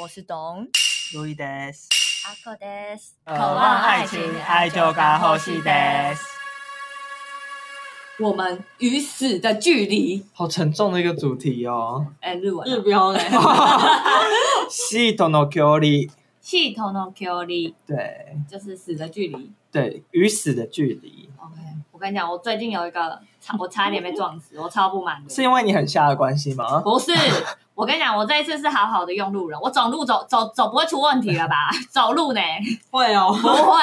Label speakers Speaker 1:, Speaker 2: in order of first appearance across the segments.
Speaker 1: 我是董
Speaker 2: 路易德斯，
Speaker 1: 阿克德斯，
Speaker 2: 渴
Speaker 1: 望爱情爱就该呼吸です
Speaker 3: 我们与死的距离。
Speaker 2: 好沉重的一个主题哦。
Speaker 3: 哎，日文啊、
Speaker 4: 日标嘞，
Speaker 2: 系统的距离，
Speaker 3: 系统の距離
Speaker 2: 对
Speaker 3: 就是死的距离。
Speaker 2: 对，与死的距离，
Speaker 3: OK，我跟你讲，我最近有一个差，我差点被撞死，我超不满的。
Speaker 2: 是因为你很瞎的关系吗？
Speaker 3: 不是，我跟你讲，我这一次是好好的用路人，我走路走走走不会出问题了吧？ 走路呢
Speaker 4: 会哦，
Speaker 3: 不会，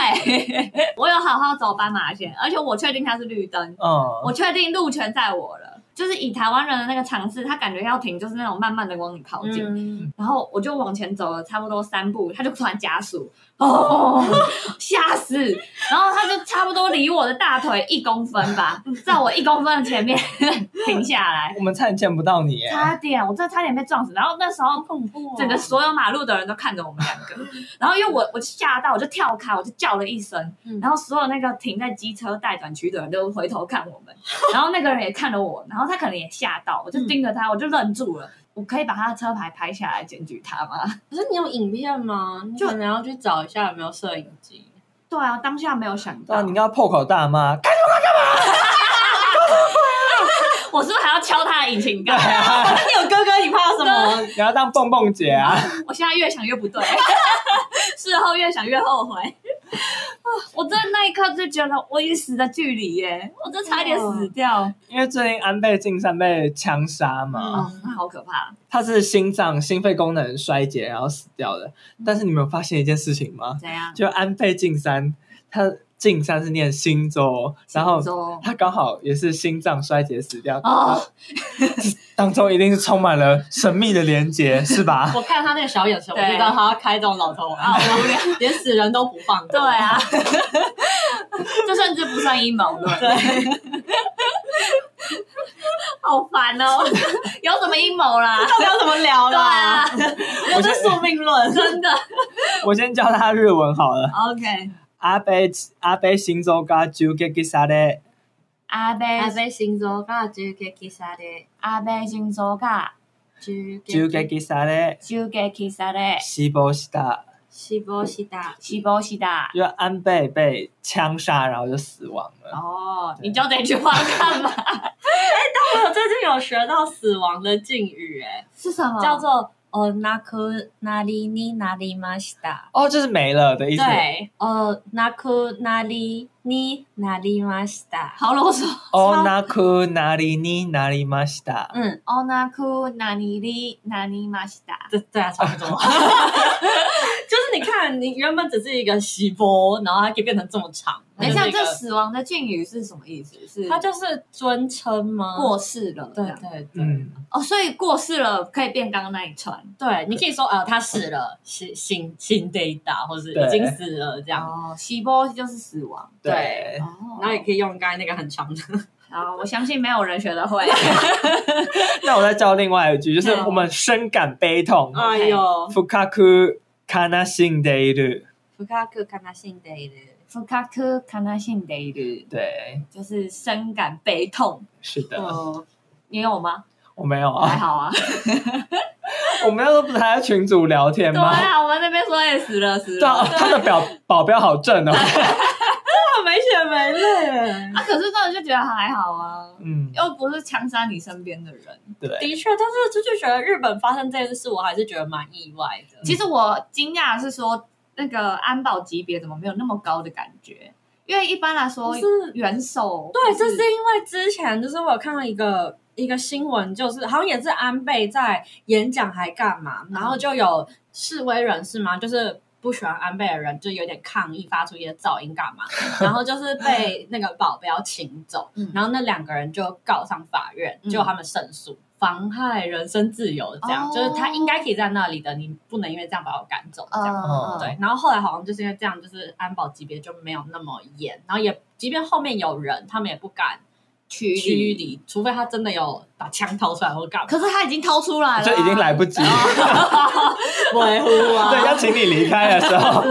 Speaker 3: 我有好好走斑马线，而且我确定它是绿灯，我
Speaker 2: 嗯，
Speaker 3: 确定路权在我了。就是以台湾人的那个常识，他感觉要停，就是那种慢慢的往你靠近。
Speaker 4: 嗯，
Speaker 3: 然后我就往前走了差不多三步，他就突然加速，哦， 吓死！然后他就差不多离我的大腿一公分吧，在我一公分的前面 停下来，
Speaker 2: 我们差点见不到你耶。
Speaker 3: 差点，我真的差点被撞死。然后那时候
Speaker 4: 恐怖哦
Speaker 3: 整个所有马路的人都看着我们两个， 然后因为我我吓到，我就跳开，我就叫了一声，
Speaker 4: 嗯
Speaker 3: 然后所有那个停在机车待转区的人都回头看我 们，然后那个人也看了我，然后他可能也吓到，我就盯着他，我就愣住了。我可以把他的车牌拍下来检举他吗？
Speaker 4: 可是你有影片吗？你
Speaker 3: 就
Speaker 4: 可能要去找一下有没有摄影机。
Speaker 3: 对啊，当下没有想
Speaker 2: 那
Speaker 3: 到，
Speaker 2: 哦你应该要破口大骂，
Speaker 4: 哦
Speaker 2: 干
Speaker 3: 我是不是还要敲他的引擎啊盖？
Speaker 4: 那哎你有哥哥，你怕什么？
Speaker 2: 你要当蹦蹦姐啊！
Speaker 3: 我现在越想越不 对，事后越想越后悔。啊 我真的那一刻就觉得我与死的距离耶，我真差点死掉，
Speaker 2: 因为最近安倍晋三被枪杀嘛，
Speaker 4: 嗯
Speaker 3: 哦，那好可怕。
Speaker 2: 他是心脏心肺功能衰竭然后死掉的。但是你们有发现一件事情吗？
Speaker 3: 怎样？
Speaker 2: 就安倍晋三，他晋三是念新州，然后
Speaker 3: 说
Speaker 2: 他刚好也是心脏衰竭死掉，
Speaker 3: 哦，
Speaker 2: 当中一定是充满了神秘的连结，是 吧？
Speaker 4: 我看他那个小眼神，我
Speaker 3: 对
Speaker 4: 就知道他要开这种老头
Speaker 3: 好
Speaker 4: 玩，
Speaker 3: 无聊。
Speaker 4: 连死人都不放过。
Speaker 3: 对啊， 这甚至不算阴谋论。对， 好烦哦， 有什么阴谋啦？
Speaker 4: 到底要怎么聊
Speaker 3: 对
Speaker 4: 啦
Speaker 3: 啊？，
Speaker 4: 我是宿命论，
Speaker 3: 真的。
Speaker 2: 我先教他日文好了。
Speaker 3: OK，
Speaker 2: 阿贝阿贝新州嘎啾给给啥嘞？
Speaker 3: 阿贝
Speaker 4: 被星座噶就给给啥的，
Speaker 3: 阿贝新手が
Speaker 4: 就
Speaker 2: 啾给给啥嘞？
Speaker 3: 襲撃され
Speaker 2: 西波西达，
Speaker 4: 西波西达。
Speaker 3: 死亡した。
Speaker 2: 就安倍被枪杀，然后就死亡了。
Speaker 3: 哦，
Speaker 2: 对
Speaker 3: 你教这句话干嘛？
Speaker 4: 我最近有学到死亡的敬语，哎，
Speaker 3: 是什么
Speaker 4: 叫做哦，那库那里尼那里马西达。
Speaker 2: 哦，就是没了的意思。
Speaker 4: 对，哦，那库那里尼那里马西达。
Speaker 3: 好啰嗦。
Speaker 2: 哦，那库哪里尼哪里马西达？
Speaker 4: 嗯，
Speaker 3: おなくなりになりました。
Speaker 4: 对对啊，差不多。 就是你看，你原本只是一个西波，然后它可以变成这么长。
Speaker 3: 等一下，
Speaker 4: 它就
Speaker 3: 这
Speaker 4: 是
Speaker 3: 死亡的敬语是什么意思？是
Speaker 4: 一个它就是尊称吗？
Speaker 3: 过世了，
Speaker 4: 对
Speaker 3: 这样
Speaker 4: 对对、
Speaker 2: 嗯，
Speaker 3: 哦，所以过世了可以变刚刚那一串。
Speaker 4: 对，你可以说呃，他死了，新新新 data，或是
Speaker 2: 对
Speaker 4: 已经死了这样。
Speaker 3: 哦，死亡就是死亡。
Speaker 2: 对。
Speaker 3: 哦，
Speaker 4: 然后也可以用刚才那个很长 的，
Speaker 3: 好，我相信没有人学得 会。
Speaker 2: 那我再教另外一句，就是
Speaker 3: 嗯
Speaker 2: 我们深感悲痛。
Speaker 4: 哎呦，
Speaker 2: 福卡库卡纳辛德鲁，
Speaker 4: 福卡克看他新 data。
Speaker 3: 深く悲しんでいる，
Speaker 2: 对，
Speaker 3: 就是深感悲痛。
Speaker 2: 是的，
Speaker 3: 哦，你有吗？
Speaker 2: 我没有
Speaker 4: 哦
Speaker 3: 我还
Speaker 2: 啊。
Speaker 3: 好啊。
Speaker 2: 我们那时候不是还在群组聊天
Speaker 3: 对
Speaker 2: 吗？
Speaker 3: 啊，我们那边说也死了死
Speaker 2: 对啊，
Speaker 3: 了。
Speaker 2: 他的表保镖好正哦。
Speaker 4: 他没血没泪。
Speaker 3: 啊，可是真的就觉得还好啊，
Speaker 2: 嗯，
Speaker 3: 又不是枪杀你身边的人。
Speaker 2: 对，
Speaker 4: 的确，但是就就觉得日本发生这件事，我还是觉得蛮意外的。
Speaker 3: 其实我惊讶的是说，那个安保级别怎么没有那么高的感觉？因为一般来说
Speaker 4: 不，是
Speaker 3: 元首
Speaker 4: 对，
Speaker 3: 哦就
Speaker 4: 这是因为之前就是我有看到一个一个新闻，就是好像也是安倍在演讲还干嘛，
Speaker 3: 嗯
Speaker 4: 然后就有示威人士嘛，就是。不喜欢安倍的人就有点抗议，发出一些噪 音干嘛，然后就是被那个保镖请走，
Speaker 3: 嗯
Speaker 4: 然后那两个人就告上法院，
Speaker 3: 嗯
Speaker 4: 就他们胜诉，妨害人身自由，这样、
Speaker 3: 哦
Speaker 4: 就是他应该可以在那里的，你不能因为这样把我赶走，这样。
Speaker 2: 哦
Speaker 3: 对
Speaker 4: 对，然后后来好像就是因为这样，就是安保级别就没有那么严，然后也即便后面有人，他们也不敢
Speaker 3: 区
Speaker 4: 驱
Speaker 3: 里。
Speaker 2: 嗯
Speaker 4: 离，除非他真的有把枪掏出来或干嘛，
Speaker 3: 可是他已经掏出
Speaker 2: 啊
Speaker 3: 来了，哦
Speaker 2: 嗯就已经来不及。
Speaker 4: 维护 啊，
Speaker 2: 对，要请你离开的时候，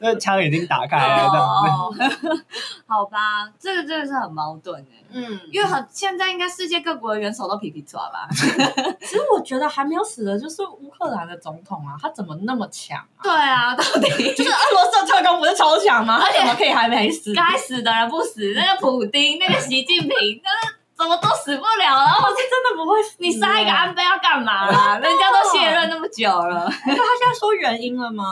Speaker 2: 那枪已经打开了，这样子。
Speaker 3: 哦， 好吧，这个真的是很矛盾哎、
Speaker 4: 嗯，因
Speaker 3: 因为
Speaker 4: 为
Speaker 3: 很现在应该世界各国的元首都皮皮抓吧？
Speaker 4: 其实我觉得还没有死的就是乌克兰的总统啊，他怎么那么强啊？
Speaker 3: 对啊， 到底
Speaker 4: 就是俄罗斯的特工不是超强吗？他怎么可以还没死？
Speaker 3: 该死的人不死，那个普丁，那个习近平，那个怎么都死不了，然后
Speaker 4: 真的不会死？
Speaker 3: 你杀一个安倍要干嘛啦？人家都卸任那么久了，
Speaker 4: 他现在说原因了吗？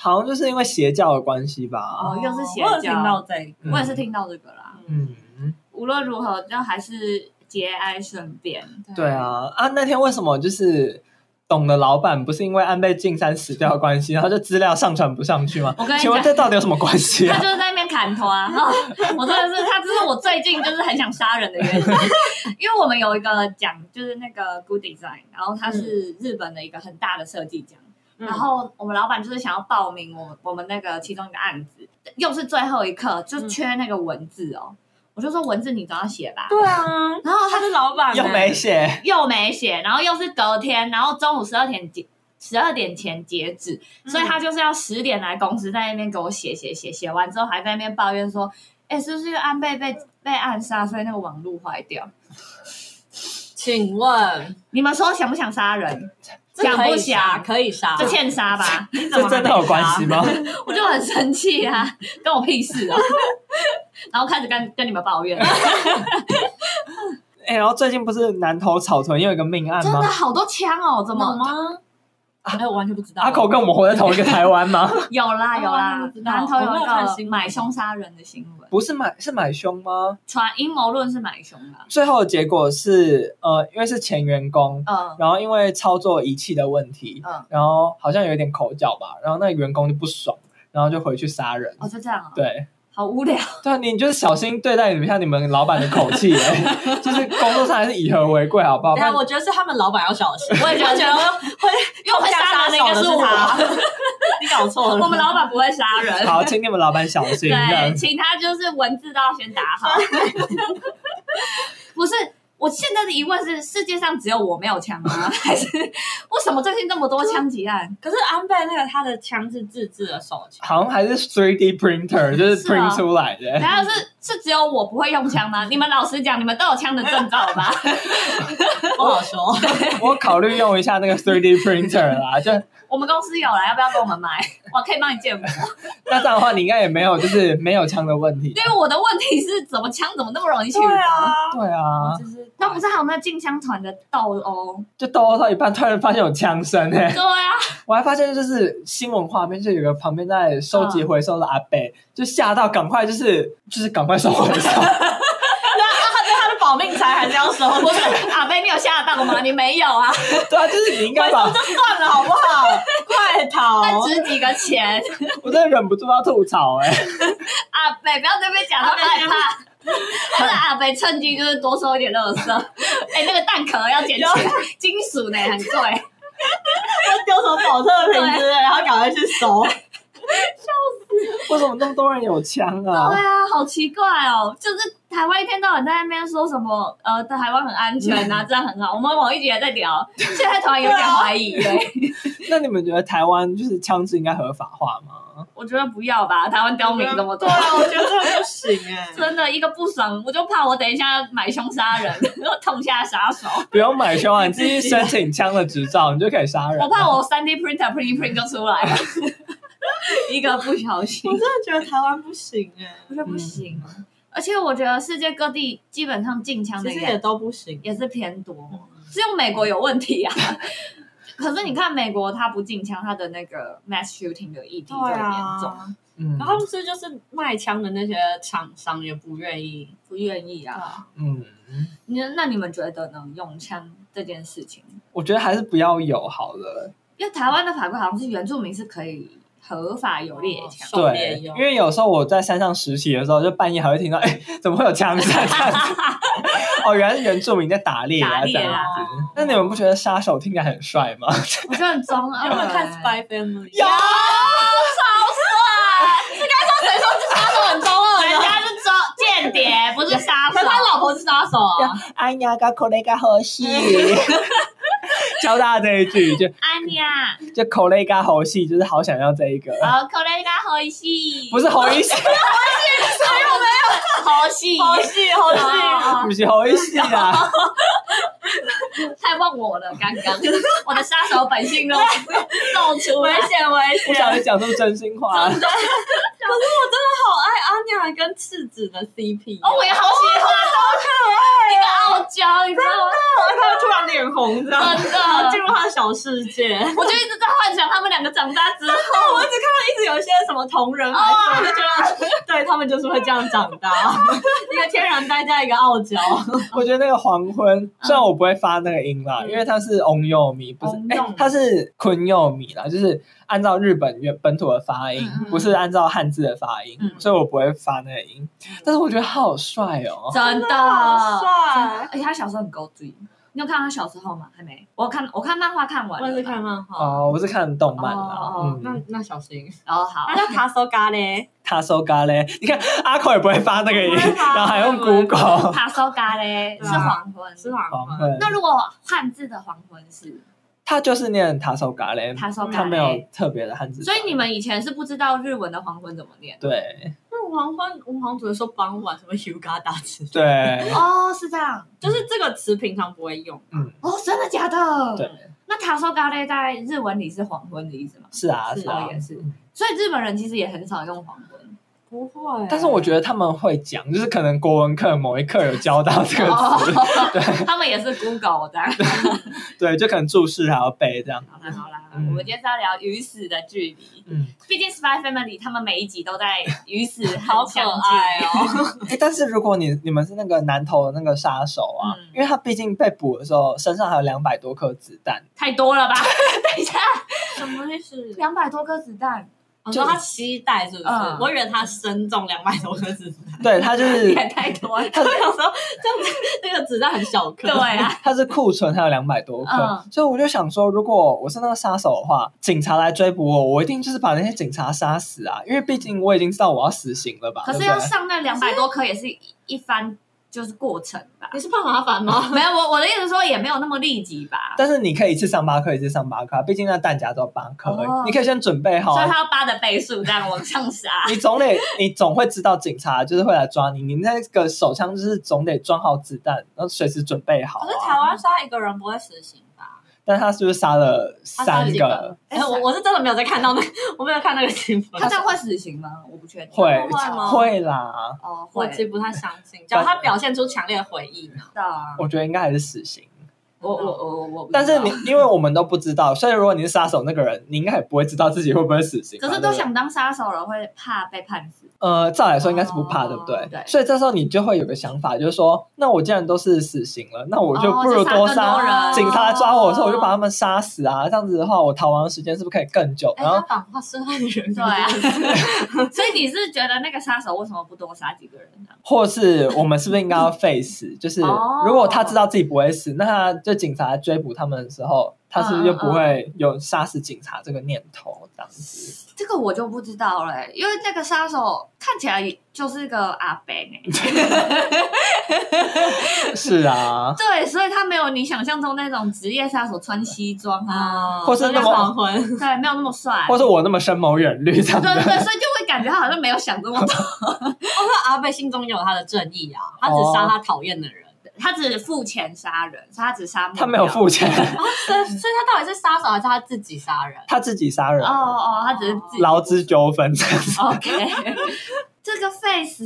Speaker 2: 好像就是因为邪教的关系吧。
Speaker 3: 哦又是邪
Speaker 4: 我有
Speaker 3: 教
Speaker 4: 听到这个，
Speaker 2: 嗯
Speaker 3: 我也是听到这个啦。
Speaker 2: 嗯，
Speaker 3: 无论如何，那还是节哀顺变。
Speaker 2: 对，啊，啊，那天为什么就是懂的老板不是因为安倍晋三死掉的关系，然后就资料上传不上去吗
Speaker 3: 我跟？你
Speaker 2: 请问
Speaker 3: 讲
Speaker 2: 这到底有什么关系
Speaker 3: 他
Speaker 2: 啊？
Speaker 3: 就是在那边砍头啊！哦我真的是，他这是我最近就是很想杀人的原因， 因为我们有一个奖，就是那个 Good Design，然后它是日本的一个很大的设计奖，
Speaker 4: 然
Speaker 3: 然
Speaker 4: 后
Speaker 3: 后我们老板就是想要报名我我们那个其中一个案子，又是最后一刻，就
Speaker 4: 嗯
Speaker 3: 缺那个文字哦，我就说文字你总要写吧，
Speaker 4: 对啊，
Speaker 3: 然后
Speaker 4: 他是老板欸
Speaker 2: 又没写，
Speaker 3: 又没写，然后又是隔天，然后中午十二点结。十二点前截止，
Speaker 4: 嗯
Speaker 3: 所以他就是要十点来公司，在那边给我写写写，写完之后还在那边抱怨说：“哎、是不是安倍被被暗杀，所以那个网络坏掉？
Speaker 4: 请问
Speaker 3: 你们说想不想杀人？
Speaker 4: 这可
Speaker 3: 想不
Speaker 4: 以杀
Speaker 3: 想？
Speaker 4: 可以杀
Speaker 3: 就？欠杀 吧。你怎
Speaker 2: 这
Speaker 3: 么还
Speaker 2: 真
Speaker 3: 没
Speaker 2: 的有关系吗？
Speaker 3: 我就很生气啊，跟我屁事啊！ 然后开始跟跟你们抱怨，
Speaker 2: 哎、然后最近不是南投草屯又有一个命案
Speaker 3: 真的
Speaker 2: 吗？
Speaker 3: 好多枪哦，怎
Speaker 4: 有
Speaker 3: 么
Speaker 4: 吗？哎，我完全不知道。
Speaker 2: 阿口跟我们活在同一个台湾 吗？
Speaker 3: 有啦
Speaker 4: 哦
Speaker 3: 有
Speaker 4: 我
Speaker 3: 啦
Speaker 4: 不？知道
Speaker 3: 南头有
Speaker 4: 我没有看
Speaker 3: 一
Speaker 4: 新
Speaker 3: 个
Speaker 4: 闻
Speaker 3: 买凶杀人的新闻，
Speaker 2: 不是买是买凶吗？
Speaker 3: 传阴谋论是买凶啦。
Speaker 2: 最后的结果是，呃，因为是前员工，
Speaker 3: 嗯
Speaker 2: 然后因为操作仪器的问题，
Speaker 3: 嗯，
Speaker 2: 然后好像有点口角吧，然后那个员工就不爽，然后就回去杀人。
Speaker 3: 哦，就这样啊，
Speaker 2: 对，
Speaker 3: 好无聊。
Speaker 2: 对啊，你就是小心对待你们像你们老板的口气、欸，就是工作上还是以和为贵，好不好？
Speaker 4: 对
Speaker 2: 不然
Speaker 4: 啊，我觉得是他们老板要小 心。
Speaker 3: 我也觉得
Speaker 4: 会
Speaker 3: 因为会杀人的应该是
Speaker 4: 我
Speaker 3: 我，啊
Speaker 4: 你搞错了。
Speaker 3: 我们老板不会杀人。
Speaker 2: 好，请你们老板小心。这样
Speaker 3: 对，请他就是文字都要先打好。 不是，我现在的疑问是：世界上只有我没有枪吗？还是为什么最近这么多枪击案？
Speaker 4: 可是安倍那个他的枪是自制的手 枪，
Speaker 2: 好像还是 3D printer，就是
Speaker 3: 是啊
Speaker 2: print 出来的。
Speaker 3: 然后是是只有我不会用枪吗？你们老实讲，你们都有枪的证照吧？
Speaker 4: 不好 说。
Speaker 2: 我考虑用一下那个 3D printer 啦，就
Speaker 3: 我们公司有了，要不要跟我们买？我可以帮你建模。
Speaker 2: 那这样的话，你应该也没有就是没有枪的问题。
Speaker 3: 因为我的问题是，怎么枪怎么那么容易取得？
Speaker 4: 啊，
Speaker 2: 对啊，
Speaker 4: 就是
Speaker 3: 那不是还有那进香团的斗 殴？
Speaker 2: 就斗殴到一半，突然发现有枪声哎、
Speaker 3: 对啊，
Speaker 2: 我还发现就是新闻画面，就有个旁边在收集回收的阿伯，就吓到赶快就是就是赶快收回收，
Speaker 4: 他的保命财还是要收，
Speaker 3: 我说阿贝，你有吓到吗？你没有啊？
Speaker 2: 对啊，就是你应该把
Speaker 4: 算了好不好？快逃！
Speaker 3: 那值几个 钱？
Speaker 2: 我真的忍不住要吐槽哎、
Speaker 3: 阿北，不要这边讲到害 怕。或者阿北趁机就是多收一点垃圾， 哎、那个蛋壳要捡起来，金属呢 很贵，
Speaker 4: 丢什么保特瓶之类，然后赶快去收。
Speaker 2: 为什么那么多人有枪
Speaker 3: 对
Speaker 2: 啊？
Speaker 3: 啊，好奇怪哦，就是台湾一天到晚在那边说什么呃台湾很安全
Speaker 4: 嗯
Speaker 3: 啊，这样很好，我们某一集也在 聊，
Speaker 4: 啊
Speaker 3: 现在突然有点怀疑哎了、
Speaker 2: 那你们觉得台湾就是枪支应该合法化吗？
Speaker 3: 我觉得不要吧，台湾刁民这么多
Speaker 4: 对。啊，我觉得这不行 哎。
Speaker 3: 真的一个不爽，我就怕我等一下买凶杀人， 然后痛下杀手。
Speaker 2: 不用买凶啊，你自己申请枪的执照，你就可以杀人。
Speaker 3: 我怕我三 D printer print 一 print 就出来了， 一个不小心
Speaker 4: 我。真的觉得台湾不行哎，
Speaker 3: 我觉得不行。啊而且我觉得世界各地基本上禁枪的
Speaker 4: 其实也
Speaker 3: 人
Speaker 4: 都不行。
Speaker 3: 也是嗯偏多，只有美国有问题啊。可是你看美国，他不禁枪，他的那个 mass shooting 的议题就很严
Speaker 4: 啊
Speaker 3: 重，，
Speaker 2: 嗯
Speaker 4: 然后他们是就是卖枪的那些厂商也不愿意
Speaker 3: 不愿意啊。
Speaker 4: 啊，
Speaker 2: 嗯，
Speaker 3: 你那你们觉得呢？用枪这件事情，
Speaker 2: 我觉得还是不要有好了。
Speaker 3: 因为台湾的法规好像是原住民是可以合法有猎枪，
Speaker 4: 狩猎
Speaker 2: 对，
Speaker 4: 用
Speaker 2: 因为有时候我在山上实习的时候，就半夜还会听到，哎，怎么会有枪声？哦，原来是原住民在打猎
Speaker 3: 打
Speaker 2: 啊，这
Speaker 3: 猎啊
Speaker 2: 样子。那你们不觉得杀手听起来很帅吗？
Speaker 3: 我觉得很中二、
Speaker 4: 有没有看
Speaker 3: 欸
Speaker 4: Spy Family？
Speaker 2: 有
Speaker 3: 超
Speaker 4: 他很中二
Speaker 3: 帅，人家是中间谍，不啊是杀手。
Speaker 4: 可是他老婆是杀手啊，
Speaker 2: 哎呀，跟 c o l l e g 好戏。教大家这一句，就
Speaker 3: 安呀，
Speaker 2: 就口雷嘎猴戏，就是好想要这一个，
Speaker 3: 好，口令加好戏，
Speaker 2: 不是猴一戏，
Speaker 3: 好戏，
Speaker 4: 好戏好戏，
Speaker 2: 不是猴一戏啊，
Speaker 3: 太忘我了，刚刚我的杀手本性露露出来
Speaker 4: 危。险危
Speaker 2: 不
Speaker 4: 险！
Speaker 2: 小心讲出真心话，
Speaker 4: 好爱阿尼亚跟赤子的啊 CP，
Speaker 3: 哦，我也好喜欢哦，好可爱，一个傲娇，你知道吗？
Speaker 4: 他突然脸红，这样
Speaker 3: 真
Speaker 4: 然后
Speaker 3: 的
Speaker 4: 进，入他的小世界。
Speaker 3: 我就一直在幻想他们两个长大之后，
Speaker 4: 我一直看到一直有一些什么同人来
Speaker 3: 哦
Speaker 4: 说，我就觉得对他们就是会这样长大，一个天然呆加一个傲娇。
Speaker 2: 我觉得那个黄昏，虽然我不会发那个音啦，
Speaker 4: 嗯
Speaker 2: 因为它是 on 柚米，不是
Speaker 4: 翁，
Speaker 2: 哎、
Speaker 4: 柚米
Speaker 2: 它是坤柚米啦，就是按照日本原本土的发音，
Speaker 3: 嗯
Speaker 4: 嗯
Speaker 2: 不是按照汉字的发音，
Speaker 3: 嗯
Speaker 2: 所以我不会发那个音。但是我觉得他好帅哦，
Speaker 3: 真的，
Speaker 4: 好帅
Speaker 3: 而且他小时候很高追。你有看到他小时候吗？还没，我看我看漫画看完
Speaker 4: 我
Speaker 3: 了，
Speaker 4: 也是看漫画，
Speaker 2: 哦，我是看动漫啦，
Speaker 3: 哦
Speaker 2: 嗯，
Speaker 4: 那小心，
Speaker 3: 哦好
Speaker 4: 他，叫卡索嘎嘞，
Speaker 2: 他收嘎嘞，你看阿口也不会发那个音，
Speaker 4: 不会发
Speaker 2: 然后还用
Speaker 4: 不会
Speaker 2: Google
Speaker 3: 卡索嘎嘞是
Speaker 4: 对啊
Speaker 3: 黄昏，
Speaker 4: 是黄
Speaker 2: 黄
Speaker 4: 昏。
Speaker 2: 昏，
Speaker 3: 那如果汉字的黄昏是
Speaker 2: 他就是念他收嘎嘞，
Speaker 3: 卡索嘎
Speaker 2: 他
Speaker 3: 嘞，
Speaker 2: 没有特别的汉字发
Speaker 3: 所
Speaker 2: 音，
Speaker 3: 以你们以前是不知道日文的黄昏怎么念
Speaker 2: 对
Speaker 4: 那黄昏，我们好像只会说傍晚什么 Yuga 大词，
Speaker 2: 对
Speaker 3: 哦，是这样
Speaker 4: 就是这个词平常不会用。
Speaker 3: 哦，真的假的？
Speaker 2: 对，
Speaker 3: 那塔索嘎嘞在日文里是黄昏的意思吗？
Speaker 2: 是啊
Speaker 4: 是
Speaker 2: 是啊
Speaker 3: 哦，也是，所以日本人其实也很少用黄昏。
Speaker 4: 不会，
Speaker 2: 但是我觉得他们会讲，就是可能国文课某一课有教到这个词，
Speaker 3: 哦，他们也是 Google 这样。
Speaker 2: 对，就可能注释还要背这样。
Speaker 3: 好啦好啦，我
Speaker 2: 嗯
Speaker 3: 们今天是要聊鱼死的距离。
Speaker 2: 嗯，
Speaker 3: 毕竟《Spy Family》他们每一集都在鱼死
Speaker 4: 好
Speaker 3: 好
Speaker 4: 可爱
Speaker 3: 哦。
Speaker 4: 哦。
Speaker 2: 哎、但是如果你你们是那个南投的那个杀手啊，
Speaker 3: 嗯
Speaker 2: 因为他毕竟被捕的时候身上还有两百多颗 子弹，
Speaker 3: 太多了吧？等一下，
Speaker 4: 什么意思？
Speaker 3: 两百多颗子弹，
Speaker 4: 我说他期待是不是？
Speaker 3: 嗯
Speaker 4: 我以为他身中两百多颗子弹，
Speaker 2: 对他 就
Speaker 3: 也
Speaker 2: 是
Speaker 3: 太多了。
Speaker 4: 我想说这样子那个子弹很小颗，
Speaker 3: 对啊，
Speaker 2: 他是库存还有两百多颗，
Speaker 3: 嗯
Speaker 2: 所以我就想说，如果我是那个杀手的话，警察来追捕我，我一定就是把那些警察杀死啊，因为毕竟我已经知道我要死刑了吧，
Speaker 3: 可是
Speaker 2: 对
Speaker 3: 要
Speaker 2: 不对？
Speaker 3: 上那两百多颗也是一一番就是过程吧？
Speaker 4: 你是怕麻烦吗？
Speaker 3: 没有，我我的意思说也没有那么立即吧。
Speaker 2: 但是你可以一次上八颗，一次上八颗啊，毕竟那弹夹只有八颗而已，
Speaker 3: 哦
Speaker 2: 你可以先准备好
Speaker 3: 所
Speaker 2: 啊。
Speaker 3: 以，他要八的倍数这样往上杀
Speaker 2: 你总得， 你总会知道警察就是会来抓你，你那个手枪就是总得装好子弹，然后随时准备好、
Speaker 4: 可是
Speaker 2: 啊。
Speaker 4: 台湾杀一个人不会死刑吧？
Speaker 2: 但他是不是杀了
Speaker 4: 他杀
Speaker 2: 三
Speaker 4: 几
Speaker 2: 个？
Speaker 4: 哎，我我是真的没有在看到那，我没有看那个新闻。
Speaker 3: 他这样会死刑吗？我不确定。
Speaker 2: 会
Speaker 4: 会吗
Speaker 2: 会啦，
Speaker 3: 哦，
Speaker 4: 我
Speaker 3: 会
Speaker 4: 其实不太相信，只要他表现出强烈的回忆呢？
Speaker 3: 的啊。
Speaker 2: 我觉得应该还是死刑。
Speaker 3: 我我我我不知道，
Speaker 2: 但是你因为我们都不知道，所以如果你是杀手那个人，你应该也不会知道自己会不会死刑吧。
Speaker 3: 可是都
Speaker 2: 对不对
Speaker 3: 想当杀手了，会怕被判死。
Speaker 2: 呃，照来说应该是不怕，
Speaker 3: 哦
Speaker 2: 对不对？
Speaker 3: 对
Speaker 2: 所以这时候你就会有个想法，就是说，那我既然都是死刑了，那我就
Speaker 3: 哦
Speaker 2: 不
Speaker 3: 就
Speaker 2: 如
Speaker 3: 杀
Speaker 2: 多
Speaker 3: 更
Speaker 2: 杀。
Speaker 3: 多人
Speaker 2: 警察来抓我的时候，我就把他们杀死啊！这样子的话，我逃亡的时间是不是可以更久？
Speaker 4: 哎，
Speaker 2: 然后
Speaker 4: 他反话是害人，
Speaker 3: 对啊， 所以你是觉得那个杀手为什么不多杀几个人呢？
Speaker 2: 或是我们是不是应该要 face？就是
Speaker 3: 哦
Speaker 2: 如果他知道自己不会死，那他就警察来追捕他们的时候，他是不是就不会有杀死警察这个念头？这样子，
Speaker 3: 这个我就不知道了欸、因为那个杀手看起来也就是个阿伯欸呢、
Speaker 2: 是 啊，
Speaker 3: 对，所以他没有你想象中那种职业杀手穿西装啊，
Speaker 4: 啊，
Speaker 2: 或是那么
Speaker 4: 黄 昏，哦
Speaker 3: 对，没有那么帅。
Speaker 2: 或是我那么深谋远虑这样
Speaker 3: 对对
Speaker 2: 子。
Speaker 3: 对，所以就会感觉他好像没有想这么多，
Speaker 4: 哦，那阿贝心中有他的正义啊，他只杀
Speaker 2: 哦
Speaker 4: 他讨厌的人。
Speaker 3: 他只付钱杀人，所以他只杀目标
Speaker 2: 他没有付钱，
Speaker 4: 哦，所以
Speaker 2: 嗯
Speaker 4: 所以他到底是杀手还是他自己杀人？
Speaker 2: 他自己杀人
Speaker 3: 哦，哦，他只是自己
Speaker 2: 劳资纠纷这样子。
Speaker 3: OK，这 个 Face